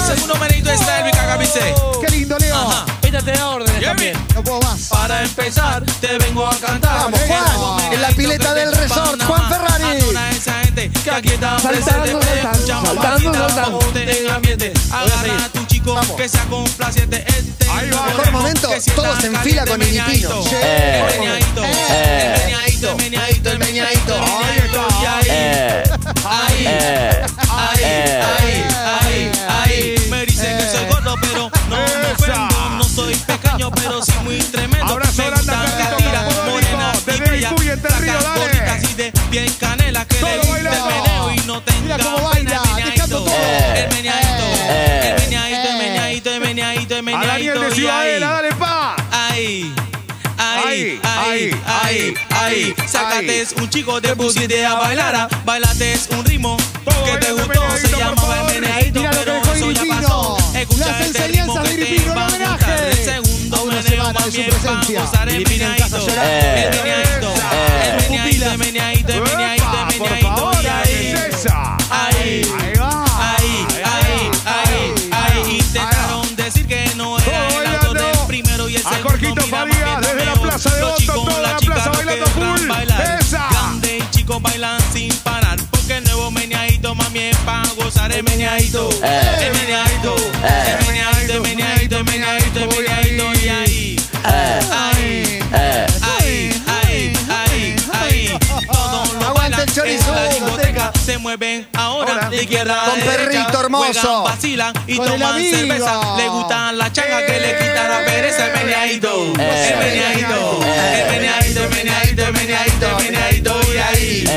Speaker 7: Segundo numerito está el BKKPC.
Speaker 3: Qué lindo, Leo.
Speaker 7: Esta te da órdenes también.
Speaker 3: No puedo más.
Speaker 7: Para para empezar, te vengo a cantar.
Speaker 2: Vamos,
Speaker 7: Que
Speaker 2: Juan,
Speaker 7: no me
Speaker 2: en la
Speaker 7: grito
Speaker 2: pileta
Speaker 7: que
Speaker 2: del
Speaker 7: te
Speaker 2: resort,
Speaker 7: van a
Speaker 2: Juan
Speaker 7: amar.
Speaker 2: Ferrari.
Speaker 7: A toda esa gente que aquí está
Speaker 2: Saltando,
Speaker 7: presente, te
Speaker 2: saltando,
Speaker 7: escucha,
Speaker 2: saltando,
Speaker 7: papita,
Speaker 2: saltando.
Speaker 7: ponte en ambiente. Agarra a tu chico que sea complaciente. Este Ahí
Speaker 2: va. Mejor momento, todos en fila con Initino.
Speaker 7: Eh.
Speaker 2: Sí.
Speaker 7: Meneadito,
Speaker 2: Eh.
Speaker 7: el meneadito, el meneadito, el meneadito. Y ahí,
Speaker 16: Eh.
Speaker 7: ahí,
Speaker 16: Eh.
Speaker 7: ahí,
Speaker 16: Eh.
Speaker 7: ahí, ahí, ahí. Me dicen que soy gordo, pero no me ofendo. No soy pequeño, pero sí muy tremendo. Me gustan catiras, morenas y bellas. Flacas, gorditas y de bien canela que le gusta el meneo y no tenga pena. El meneadito,
Speaker 2: Eh,
Speaker 7: el meneadito, el meneadito, el meneadito, el meneadito, el
Speaker 8: A Daniel
Speaker 7: meneadito,
Speaker 8: de
Speaker 7: y
Speaker 8: Ciudadela,
Speaker 7: ahí.
Speaker 8: dale pa.
Speaker 7: Ahí. Ahí,
Speaker 8: Ahí,
Speaker 7: ahí, ahí,
Speaker 8: ahí,
Speaker 7: ahí, Sácate es un chico, te pusiste a bailar. ah. Bailate es un ritmo que te gustó. Se llamaba el meneadito, pero eso ya pasó. Escucha este ritmo que te va a gustar. El segundo meneo más bien va a gozar el meneadito. El meneadito, el meneadito, el meneadito, el meneadito, el meneadito. Y ahí, ahí, ahí, ahí, ahí, ahí. Intentaron decir que no era el acto del primero y el
Speaker 8: A
Speaker 7: segundo.
Speaker 8: Jorquito Farías desde la Plaza de Otto, toda la plaza bailando full. ¡Esa!
Speaker 7: Grande y chico bailan sin parar. Porque el nuevo meneadito, mami, es pa' gozar el meneadito.
Speaker 16: Eh.
Speaker 7: El meneadito, el meneadito, el meneadito, el meneadito, el meneadito. Y ahí, ahí, ahí, ahí, ahí, ahí. Todos los bailan en la discoteca. Se mueven ahora de izquierda a
Speaker 2: Con
Speaker 7: derecha.
Speaker 2: perrito hermoso.
Speaker 7: Juegan, vacilan y
Speaker 2: Con el
Speaker 7: toman
Speaker 2: amigo.
Speaker 7: cerveza. Le gustan las chagas que le quitan
Speaker 8: Eh.
Speaker 7: la pereza. El meneadito, el
Speaker 16: Eh.
Speaker 7: meneadito, el meneadito, el meneadito, el meneadito, el meneadito. Y ahí,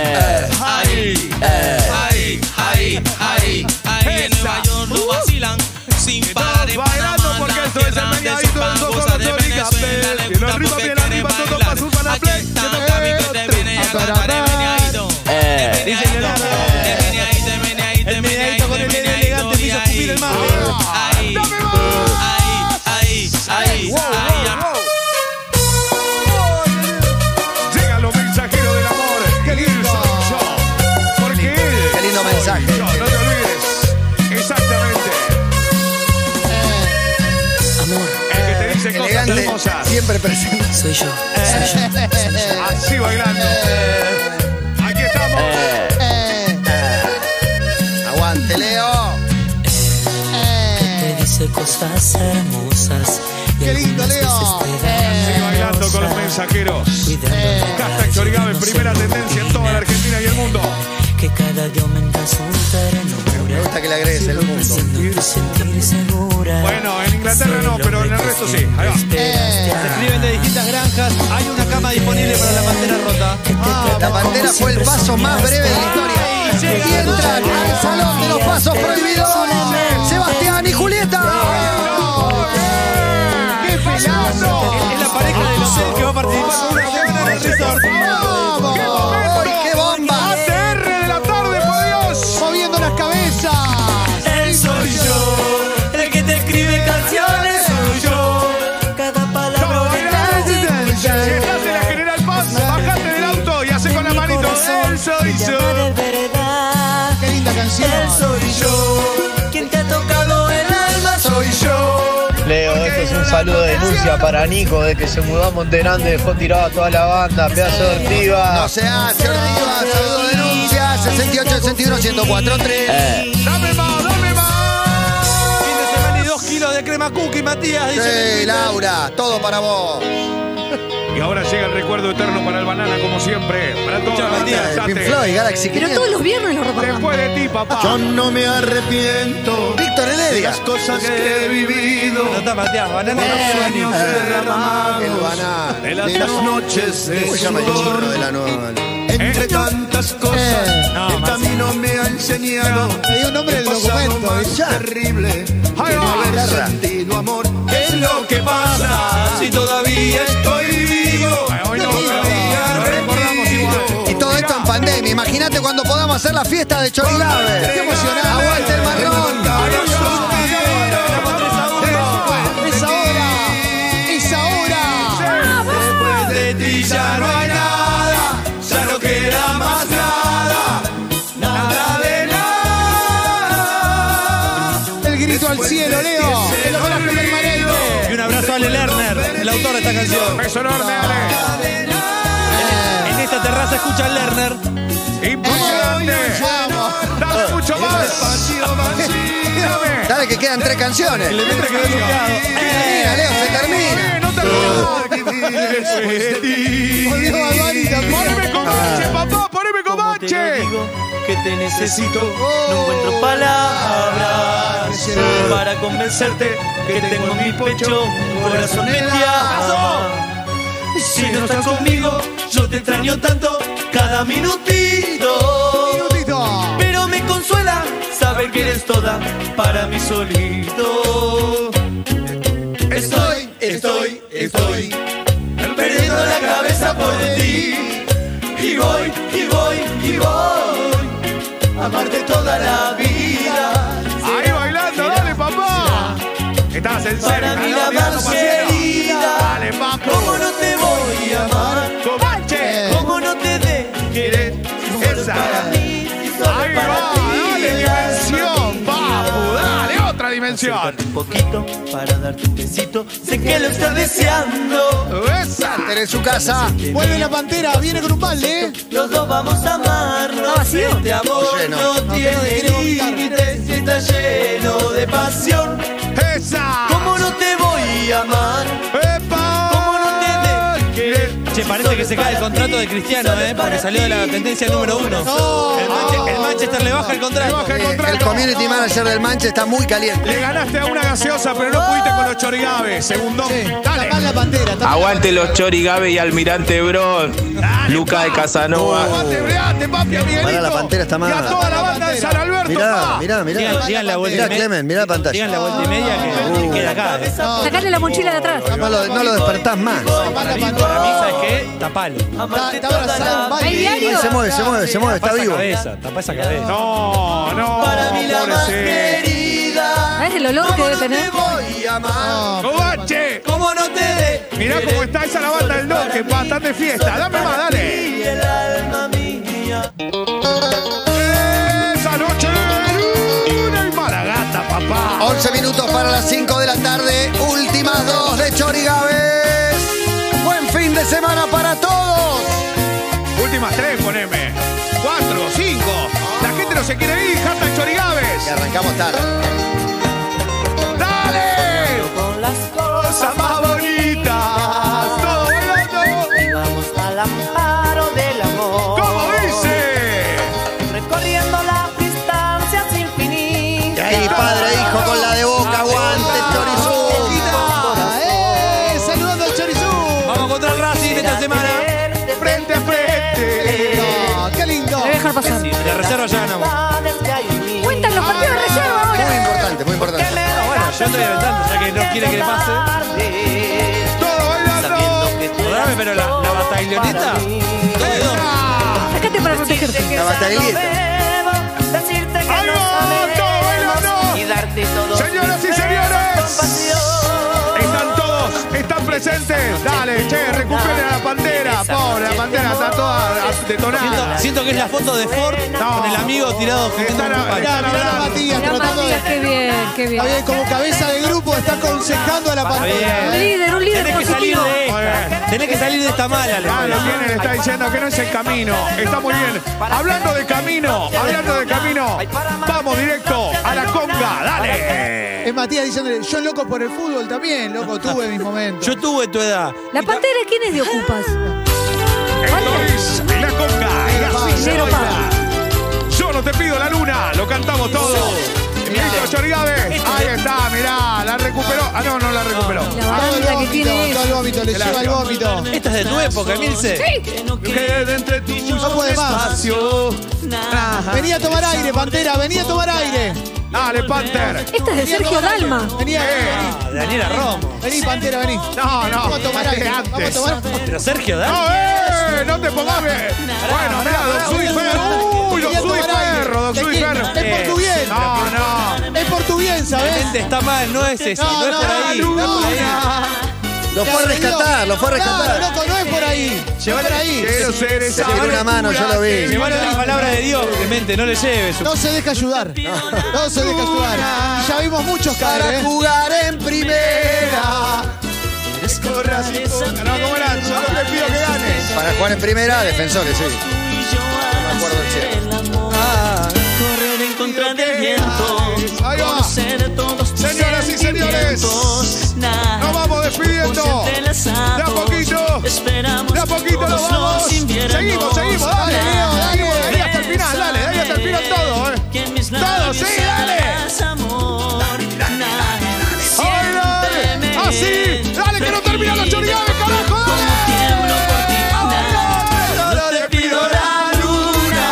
Speaker 7: ahí, ahí, ahí, ahí, ahí. En Nueva York lo vacilan. Sin parar en Panamá, las tierras de su pangosa de Venezuela le gusta porque quiere bailar. Aquí están los amigos que te vienen a cantar el meneadito. El meneadito, el meneadito, el meneadito, el meneadito, el meneadito. Y ahí, ahí, ahí, ahí, ahí, ahí.
Speaker 8: Llegan los mensajeros del amor. Qué lindo soy yo. Porque él.
Speaker 2: Qué lindo
Speaker 8: soy
Speaker 2: mensaje.
Speaker 8: yo, no te olvides. Exactamente. El que te dice cosas
Speaker 2: Elegante,
Speaker 8: hermosas.
Speaker 2: siempre presente. Soy yo.
Speaker 8: Así bailando.
Speaker 2: Eh.
Speaker 8: Aquí estamos.
Speaker 2: Aguante, Leo.
Speaker 17: Te dice cosas hermosas. y
Speaker 3: Qué lindo,
Speaker 17: algunas
Speaker 3: Leo.
Speaker 17: veces te da
Speaker 8: Sigue bailando con los mensajeros. Hashtag Chorigame, primera tendencia en toda la Argentina y el mundo.
Speaker 17: Que cada día aumentas un terreno. Me
Speaker 2: gusta que le agregues el mundo.
Speaker 8: Bueno, en Inglaterra no, pero en el resto sí. Ahí va.
Speaker 18: Se escriben de distintas granjas. Hay una cama disponible para la bandera rota.
Speaker 2: La bandera fue el paso más breve de la historia. Y entran al salón de los pasos prohibidos. Sebastián y Julieta.
Speaker 8: ¡Qué pelazo!
Speaker 18: Es la pareja del hotel que va a participar con una semana en el resort.
Speaker 3: ¡Vamos!
Speaker 8: ¡Qué momento!
Speaker 2: ¡Qué bomba!
Speaker 8: ATR de la tarde, por Dios.
Speaker 3: Moviendo las cabezas.
Speaker 17: Él soy yo, el que te escribe canciones soy yo. Cada palabra que
Speaker 8: Si estás en la General Paz, bajate del auto y hace con la manito. Él soy yo.
Speaker 3: Qué linda canción.
Speaker 17: Él soy yo, quien te ha tocado el alma soy yo.
Speaker 19: Leo, esto es un saludo de denuncia para Nico, de que se mudó a Monte Grande, dejó tirada toda la banda, pedazo de ortiva.
Speaker 2: No se hace, Ortiva. Saludos, denuncia. 68, 61, 104, 3.
Speaker 8: ¡Dame más, dame más!
Speaker 18: Fin de semana y dos kilos de crema cookie, Matías. dice
Speaker 2: Sí,
Speaker 18: el
Speaker 2: Laura, todo para vos.
Speaker 8: Y ahora llega el recuerdo eterno para el banana, como siempre. Para todos los
Speaker 2: Eh, Pink Floyd, Galaxy
Speaker 13: Pero
Speaker 2: 500.
Speaker 13: todos los viernes lo recordamos.
Speaker 8: Después de ti, papá.
Speaker 16: Yo no me arrepiento
Speaker 2: Víctor
Speaker 16: de
Speaker 2: Heredia.
Speaker 16: las cosas que he vivido.
Speaker 18: No está Matías, banana
Speaker 16: de
Speaker 18: no
Speaker 16: los sueños derramados,
Speaker 2: El banana.
Speaker 16: de las noches de
Speaker 2: ¿Cómo se llama el chorro
Speaker 16: sudor.
Speaker 2: de la nueva?
Speaker 16: Entre tantas cosas, el camino me ha enseñado.
Speaker 3: Me dio nombre
Speaker 16: que
Speaker 3: del
Speaker 16: he pasado
Speaker 3: documento,
Speaker 16: más
Speaker 3: ya.
Speaker 16: terrible
Speaker 8: Ahí
Speaker 16: que no
Speaker 8: va.
Speaker 16: haber
Speaker 2: Guerra.
Speaker 16: sentido amor. ¿Qué es lo que pasa si todavía estoy vivo?
Speaker 8: Hoy no, pero lo recordamos igual.
Speaker 2: Y todo esto en pandemia. Imagínate cuando podamos hacer la fiesta de Chorigabe. Qué emocionante. Aguante el marrón.
Speaker 3: Es ahora. Es ahora.
Speaker 16: Después de ti ya no hay nada, ya no queda más nada, nada de nada.
Speaker 3: El grito al cielo, Leo. El homenaje permanente.
Speaker 18: Y un abrazo a Ale Lerner, el autor de esta canción.
Speaker 8: beso enorme, Ale.
Speaker 7: En esta terraza escucha Lerner.
Speaker 16: Eh,
Speaker 8: Impresionante. Dame mucho más. Dame.
Speaker 2: Dale, que quedan tres canciones.
Speaker 7: Clemente quedó tocado.
Speaker 2: Termina, Leo, se termina.
Speaker 8: No te
Speaker 3: Volvió a Dani también.
Speaker 8: Poneme con manche, papá, poneme con
Speaker 17: Como Te
Speaker 8: manche.
Speaker 17: digo que te necesito, no encuentro palabras para convencerte que tengo en mi pecho un corazón en llamas. Si no estás conmigo, yo te extraño tanto cada minutito.
Speaker 3: Minutito.
Speaker 17: Pero me consuela saber que eres toda para mí solito. Estoy, estoy, estoy perdiendo la cabeza por ti. Y voy, y voy, y voy a amarte toda la vida.
Speaker 8: Ahí bailando, dale, papá. Estás en serio.
Speaker 17: Para mí la más querida.
Speaker 8: Dale, papo.
Speaker 17: ¿Cómo no te voy a amar?
Speaker 8: Con manche.
Speaker 17: ¿Cómo no te de querer? Si solo
Speaker 8: Esa.
Speaker 17: para mí, si solo
Speaker 8: Ahí
Speaker 17: para
Speaker 8: va,
Speaker 17: ti,
Speaker 8: dale dimensión, papu, dale otra dimensión.
Speaker 17: Acércate Un poquito para darte un besito. Sé que lo estás deseando.
Speaker 8: Esa.
Speaker 2: en su casa.
Speaker 3: Vuelve la pantera, viene con un balde. ¿eh?
Speaker 17: Los dos vamos a amarnos. Este amor
Speaker 2: lleno.
Speaker 17: no, tiene
Speaker 3: quiero vomitar.
Speaker 17: límites y está lleno de pasión.
Speaker 8: Esa.
Speaker 17: ¿Cómo no te voy a amar?
Speaker 8: ¡Epa!
Speaker 17: ¿Cómo no te de querer?
Speaker 7: Che, parece que se cae el contrato de Cristiano, ¿eh? Porque salió de la tendencia número uno. El, Manche- el Manchester le baja el
Speaker 8: Le
Speaker 7: contrato.
Speaker 8: baja el contrato.
Speaker 2: El community manager del Manche está muy caliente.
Speaker 8: Le ganaste a una gaseosa, pero no pudiste con los chorigaves. Segundo.
Speaker 3: Sí,
Speaker 8: Dale.
Speaker 3: tapá la pantera. tapá la
Speaker 5: Aguante
Speaker 3: pantera.
Speaker 5: los Chori Gabe y Almirante Bro.
Speaker 8: Dale,
Speaker 5: Luca de
Speaker 8: papu.
Speaker 5: Casanova.
Speaker 8: Aguante, breate, papi, a Miguelito.
Speaker 2: Pará, la pantera está
Speaker 8: Y a
Speaker 2: mala.
Speaker 8: toda la banda de San Alberto.
Speaker 2: Mirá,
Speaker 8: pa.
Speaker 2: mirá, mirá.
Speaker 7: Digan, digan la vuelta
Speaker 2: Mirá,
Speaker 7: y media.
Speaker 2: Clemen, mirá la
Speaker 7: Digan la
Speaker 2: pantalla.
Speaker 7: vuelta y media que queda acá. ¿eh?
Speaker 13: Sacale la mochila de atrás.
Speaker 2: No lo, no lo despertás más.
Speaker 3: Tapá la
Speaker 7: Para mí,
Speaker 3: pantera.
Speaker 7: para mí, ¿sabes qué? Tapalo.
Speaker 3: Está,
Speaker 17: Amarte
Speaker 3: está
Speaker 17: toda
Speaker 3: abrazado un
Speaker 17: la
Speaker 3: balde.
Speaker 13: Hay diario.
Speaker 2: Ahí se mueve, se mueve, se mueve, está
Speaker 7: Tapá esa
Speaker 2: vivo.
Speaker 7: cabeza, tapá esa cabeza.
Speaker 8: No, no.
Speaker 17: Para mí la más
Speaker 8: pobrecito.
Speaker 17: querida.
Speaker 13: ¿Sabes el olor que debe tener?
Speaker 8: Ah. Comanche.
Speaker 17: ¿Cómo no te de
Speaker 8: Mirá
Speaker 17: querer?
Speaker 8: cómo está esa la banda del Don, que es bastante fiesta. Dame más, dale.
Speaker 17: Y el alma mía.
Speaker 8: Esa noche de luna y Maragata, papá.
Speaker 2: 11 minutos para las 5 de la tarde, últimas dos de Chorigaves. Buen fin de semana para todos.
Speaker 8: Últimas tres, poneme. Cuatro, cinco. La gente no se quiere ir, hashtag
Speaker 2: Y
Speaker 8: Chorigaves.
Speaker 2: arrancamos tarde.
Speaker 8: ¡Dale!
Speaker 17: Con las
Speaker 8: Cosa
Speaker 17: cosas
Speaker 8: más bonita. Todo bailando.
Speaker 17: vamos al amparo del amor.
Speaker 8: ¿Cómo dice?
Speaker 17: Recorriendo las distancias
Speaker 2: Y
Speaker 17: infinitas.
Speaker 2: ahí, padre, hijo, con la de boca, aguante, Chorizú.
Speaker 3: ¡Eh! ¡Saludando al Chorizú!
Speaker 7: Vamos contra el Racing esta semana.
Speaker 8: Frente a frente.
Speaker 3: No, ¡Qué lindo!
Speaker 13: Lo voy a dejar pasar.
Speaker 7: La reserva ya ganamos.
Speaker 13: Cuentan los partidos de reserva
Speaker 2: Muy
Speaker 13: ahora.
Speaker 2: importante, muy importante.
Speaker 7: Ah, bueno, yo estoy aventando, ya que no quiere que le pase.
Speaker 8: Todo bailando.
Speaker 7: Perdóname, pero la, la batalioneta.
Speaker 13: Sácate para protegerte.
Speaker 2: La batallita.
Speaker 8: ¡Ahí va! ¡Todo bailando!
Speaker 17: darte todo.
Speaker 8: Señoras y señores. Están todos, están presentes. Dale, che, recuperen a la pantera. Pobre, la pantera está toda detonada.
Speaker 7: Siento, siento que es la foto de Ford
Speaker 8: No.
Speaker 7: con el amigo tirado junto a
Speaker 8: Están-
Speaker 7: un palo.
Speaker 3: Mirá, mirá la Matías
Speaker 13: Mirá,
Speaker 3: tratando de.
Speaker 13: Matías, qué bien, qué bien.
Speaker 3: Está bien, como cabeza de grupo está aconsejando a la pantera.
Speaker 13: Un líder, un líder
Speaker 7: Tenés que salir
Speaker 13: positivo.
Speaker 7: de
Speaker 8: Muy
Speaker 7: esta. Tenés que salir de esta mala,
Speaker 8: Ah, lo
Speaker 7: Alejandro.
Speaker 8: tienen, está diciendo que no es el camino. Está muy bien. Hablando de camino, hablando de camino. Vamos directo a la conga, dale.
Speaker 3: Es Matías diciéndole, yo loco por el fútbol también, loco, tuve mis momentos.
Speaker 7: Yo tuve tu edad.
Speaker 13: La pantera, ¿quién es de Ocupas?
Speaker 8: Esto es la conga. y así se
Speaker 13: Cero
Speaker 8: baila.
Speaker 13: pa.
Speaker 8: Yo no te pido la luna, lo cantamos todos. Listo, Chorigabe. Ahí está, mirá, la recuperó. Ah, no, no la recuperó.
Speaker 13: La
Speaker 3: Todo el
Speaker 13: baranda que
Speaker 3: vómito,
Speaker 13: tiene.
Speaker 3: todo el vómito, le lleva
Speaker 8: Gracias.
Speaker 3: el vómito.
Speaker 7: Esta es de tu época, Milce.
Speaker 8: Queda entre tú y yo
Speaker 3: No puede más.
Speaker 8: espacio.
Speaker 3: Venía a tomar aire, pantera, venía a tomar aire.
Speaker 8: Dale, Panther.
Speaker 13: Esta es de Sergio Dalma.
Speaker 3: Venía, vení,
Speaker 7: Ah, Daniela Romo.
Speaker 3: vení, pantera, vení.
Speaker 8: No, no.
Speaker 3: Vamos a tomar aire, vamos a
Speaker 8: antes.
Speaker 3: tomar
Speaker 7: Pero Sergio Dalma.
Speaker 8: ¡No, eh! ¡No te pongas bien! Bueno, mirá, Doc Sui Ferro. ¡Uy, Doc Sui Ferro! Doc Sui Ferro.
Speaker 3: Es por tu bien,
Speaker 8: No, no.
Speaker 3: es por tu bien, ¿sabes?
Speaker 7: Gente, está mal, no es eso,
Speaker 3: No,
Speaker 7: no, es
Speaker 3: no,
Speaker 7: por ahí.
Speaker 3: no,
Speaker 7: No, es por ahí.
Speaker 2: Lo fue a rescatar, lo fue a
Speaker 3: Claro,
Speaker 2: rescatar.
Speaker 3: loco, no es por ahí. No es por ahí.
Speaker 8: Quiero ser esa
Speaker 2: tiró una mano, yo lo vi.
Speaker 8: que
Speaker 7: Llevar la palabra de Dios, Clemente, no le lleves.
Speaker 3: No se deja ayudar. No se deja ayudar. Y ya vimos muchos
Speaker 2: Para
Speaker 3: caras. ¿eh?
Speaker 2: jugar en primera.
Speaker 8: Corras y ponga. No, ¿cómo era? Solo le pido que ganes.
Speaker 2: Para jugar en primera, defensores, sí. No me acuerdo el cierre.
Speaker 20: Correr en contra del viento.
Speaker 8: Ahí va.
Speaker 20: Conocer todos tus
Speaker 8: Señoras y señores,
Speaker 20: sentimientos. Nada
Speaker 8: nos vamos despidiendo.
Speaker 20: nos entrelaza
Speaker 8: De a poquito.
Speaker 20: Esperamos
Speaker 8: De a poquito nos
Speaker 20: todos
Speaker 8: vamos.
Speaker 20: los inviernos.
Speaker 8: Seguimos, seguimos. Dale, Leo,
Speaker 20: Nada
Speaker 8: dale, dale hasta el final, dale, dale hasta el final
Speaker 20: besaré
Speaker 8: todo, eh.
Speaker 20: que en mis
Speaker 8: Todo, sí,
Speaker 20: labios
Speaker 8: dale.
Speaker 20: habrás amor. Nada
Speaker 8: Ahora,
Speaker 20: siempre me
Speaker 8: Así, ¡Ah, dale, que no termina la chorigave, carajo. dale. ¡Ah,
Speaker 20: tiemblo por ti. Nada,
Speaker 8: Solo le pido
Speaker 20: la luna.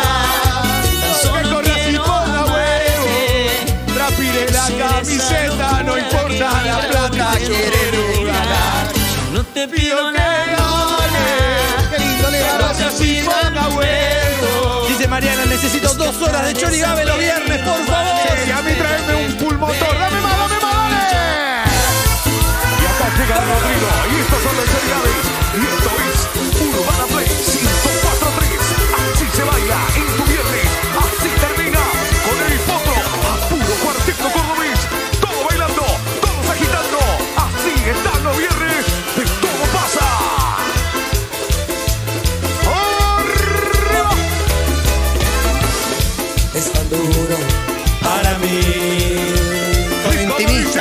Speaker 20: Tan
Speaker 8: Que
Speaker 20: solo
Speaker 8: corras y
Speaker 20: quiero
Speaker 8: ponga huevo.
Speaker 20: amarte.
Speaker 8: Trapire la camiseta, no importa la plata, quiere ganar.
Speaker 20: No te pido nada.
Speaker 8: Qué lindo le
Speaker 20: Solo te pido huevo.
Speaker 7: Dice Mariana, necesito dos horas de Chori Gabe los viernes, por favor.
Speaker 8: Y a mí traeme un pulmotor. Dame más, dame más, dale.
Speaker 11: Y acá llega Rodrigo. Y estos son los Johnny Gavis. Y esto es Urbana Play 543. Así se baila en tu viernes. Así termina con el potro. A puro cuarteto cordobés. Todo bailando, todos agitando. Así están los viernes. De todo pasa. ¡Arriba!
Speaker 14: Es tan duro para mí.
Speaker 8: Y como dice,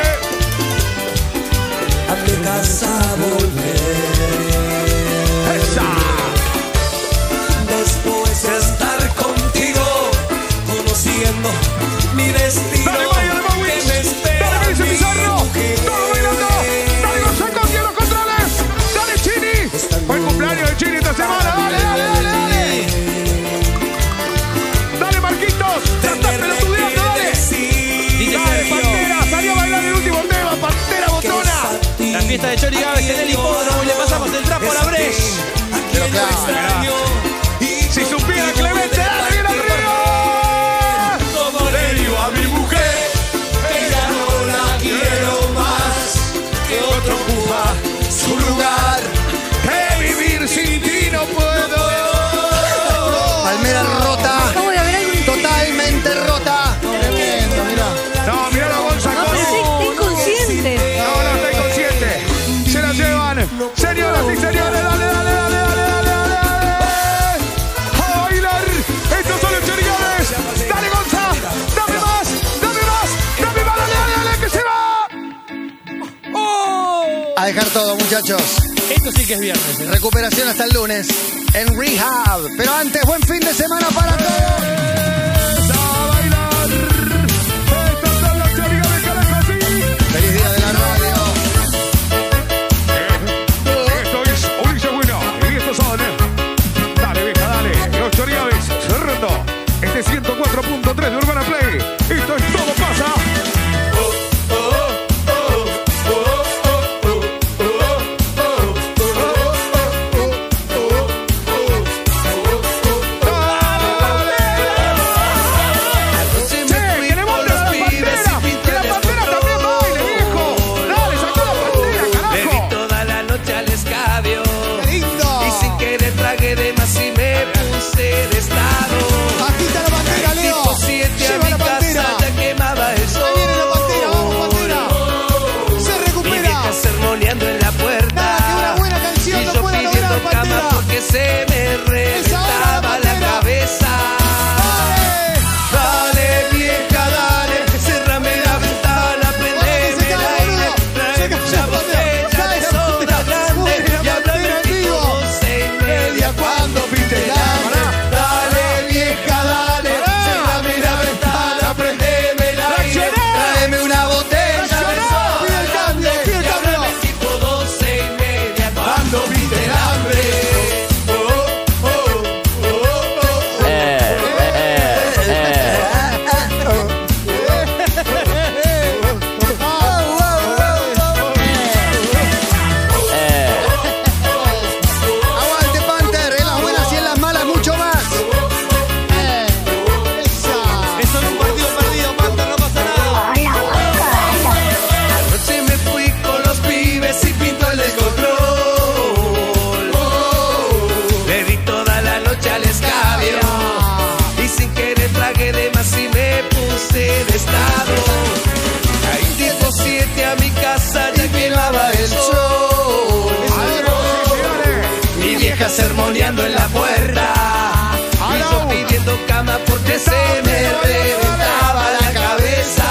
Speaker 14: A mi casa volver.
Speaker 8: esa.
Speaker 14: Después de estar contigo, conociendo mi destino.
Speaker 8: Dale, Mario, dale, Maui.
Speaker 14: que me espera
Speaker 8: Dale, Mauricio
Speaker 14: mi
Speaker 8: Pizarro.
Speaker 14: mujer.
Speaker 8: Todo bailando. Dale, Gonzaco, tiene los controles. Dale, Chini. Buen cumpleaños de Chini esta semana. Dale, dale, dale, dale. Dale, Marquitos. Ya estás
Speaker 14: Tenerle que
Speaker 8: pelotudeando, dale.
Speaker 14: decir
Speaker 8: Dale, Pantera. Salió a bailar el último tema. Pantera
Speaker 14: que es
Speaker 8: botona.
Speaker 14: a ti
Speaker 7: La fiesta de Chori Gabe en el hipódromo y le pasamos el trapo a
Speaker 14: es
Speaker 7: la
Speaker 14: a ti,
Speaker 7: Breche.
Speaker 14: a quien yo extraño. Y
Speaker 8: Si supiera Clemente, dale, bien arriba.
Speaker 14: Como le digo a mi mujer que ya no la quiero más, que otro ocupa su lugar.
Speaker 8: Que vivir sin ti no puedo.
Speaker 2: Palmera rota,
Speaker 13: Acabo de ver algo
Speaker 2: totalmente rota.
Speaker 3: Tremendo, mirá.
Speaker 8: No, mirá la
Speaker 13: No,
Speaker 8: Gonzaco.
Speaker 13: pero está inconsciente.
Speaker 8: No, no estoy consciente. Se la llevan. Señoras y señores, dale, dale, dale, dale, dale, dale, dale. A bailar. Estos son los chorigales. Dale, Gonza. Dame más. Dame más. Dame más. Dale, dale, dale, que se va. Oh.
Speaker 2: A dejar todo, muchachos.
Speaker 7: Esto sí que es viernes. ¿eh?
Speaker 2: Recuperación hasta el lunes en Rehab. Pero antes, buen fin de semana para todos.
Speaker 8: A bailar. Estos son los chorigales, carajo, sí.
Speaker 2: Feliz día de la radio.
Speaker 8: Esto es Ulises Bueno y estos son. eh. Dale, vieja, dale. Los Chorigaves cerrando. Este 104.3 de Urbana Play. Esto es todo pasa. Dale, dale, eh,
Speaker 17: peleando en la puerta. Y yo pidiendo cama porque se me reventaba la cabeza.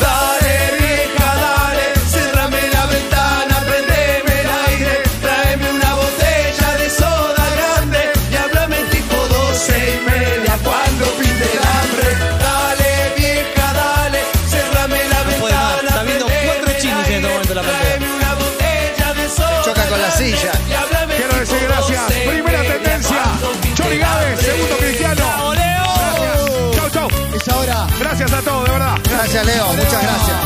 Speaker 17: Dale, vieja, dale, cerrame la ventana, prendeme el aire, tráeme una botella de soda grande y háblame tipo 12 y media cuando pinte el hambre. Dale, vieja, dale, cerrame la ventana,
Speaker 7: Está viendo cuatro chinis en este momento la pantalla.
Speaker 17: una botella de soda
Speaker 2: Choca con la
Speaker 17: grande
Speaker 2: silla.
Speaker 17: y háblame
Speaker 8: Quiero
Speaker 17: tipo
Speaker 8: decir gracias.
Speaker 17: 12 y
Speaker 8: Primera
Speaker 17: media
Speaker 8: tendencia.
Speaker 17: cuando pinte
Speaker 8: Chori
Speaker 17: el
Speaker 8: Gávez,
Speaker 17: hambre.
Speaker 8: segundo cristiano. Gracias. Chau, chau.
Speaker 3: Es ahora.
Speaker 8: Gracias a todos, de verdad.
Speaker 2: Gracias, Leo. Muchas gracias.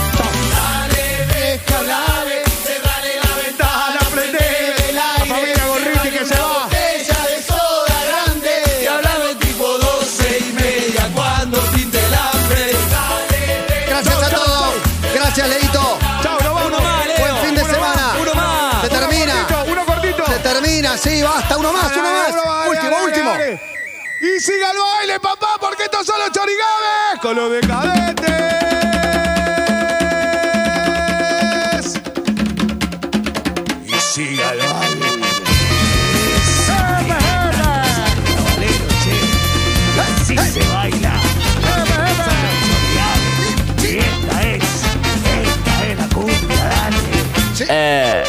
Speaker 17: Dale, vieja, dale, cerrale la ventana, prendeme el aire.
Speaker 8: A familia Gorriti que se
Speaker 17: Una
Speaker 8: va.
Speaker 17: botella de soda grande y hablame tipo 12 y media cuando pinte el hambre.
Speaker 2: Gracias a todos. Gracias, Leito.
Speaker 8: Chau, nos vamos.
Speaker 7: Uno más, Leo.
Speaker 2: Buen fin de
Speaker 8: Uno
Speaker 2: semana.
Speaker 8: más,
Speaker 7: uno más.
Speaker 2: Se
Speaker 8: Uno
Speaker 2: eh. termina.
Speaker 8: cortito, Uno cortito.
Speaker 2: Se termina. Sí, basta. Uno más,
Speaker 8: Dale,
Speaker 2: uno
Speaker 8: dale,
Speaker 2: más.
Speaker 8: uno más,
Speaker 2: Último,
Speaker 8: dale,
Speaker 2: último.
Speaker 8: dale, dale. Y siga el baile, papá, porque estos son los chorigaves con los decadentes. Y siga el baile.
Speaker 17: Así se baila. Y esta es, esta es la cumbia, dale. Esa.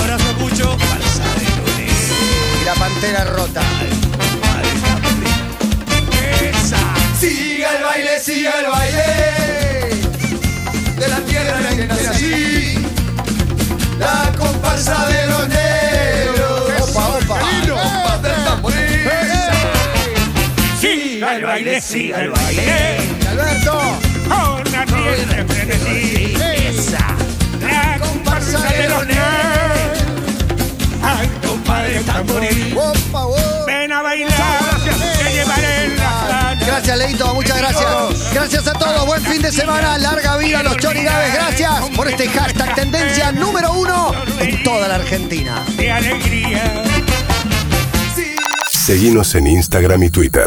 Speaker 17: Abrazo, Cucho. Salsa de lunes.
Speaker 2: Y la pantera rota.
Speaker 17: Esa. Siga el baile, siga el baile de la tierra en que nací. La comparsa de los negros. Opa, opa. Opa del tamboril. Siga el baile, siga el baile.
Speaker 2: Alberto.
Speaker 17: Esa. La comparsa de los negros. Ay, compadre tamboril.
Speaker 2: Opa, opa.
Speaker 17: Ven a bailar, te llevaré en la playa.
Speaker 2: Gracias, Leito. Muchas gracias. Gracias a todos. Buen fin de semana. Larga vida a los chorigaves. Gracias por este hashtag tendencia número uno en toda la Argentina.
Speaker 17: de alegría.
Speaker 21: Seguimos en Instagram y Twitter.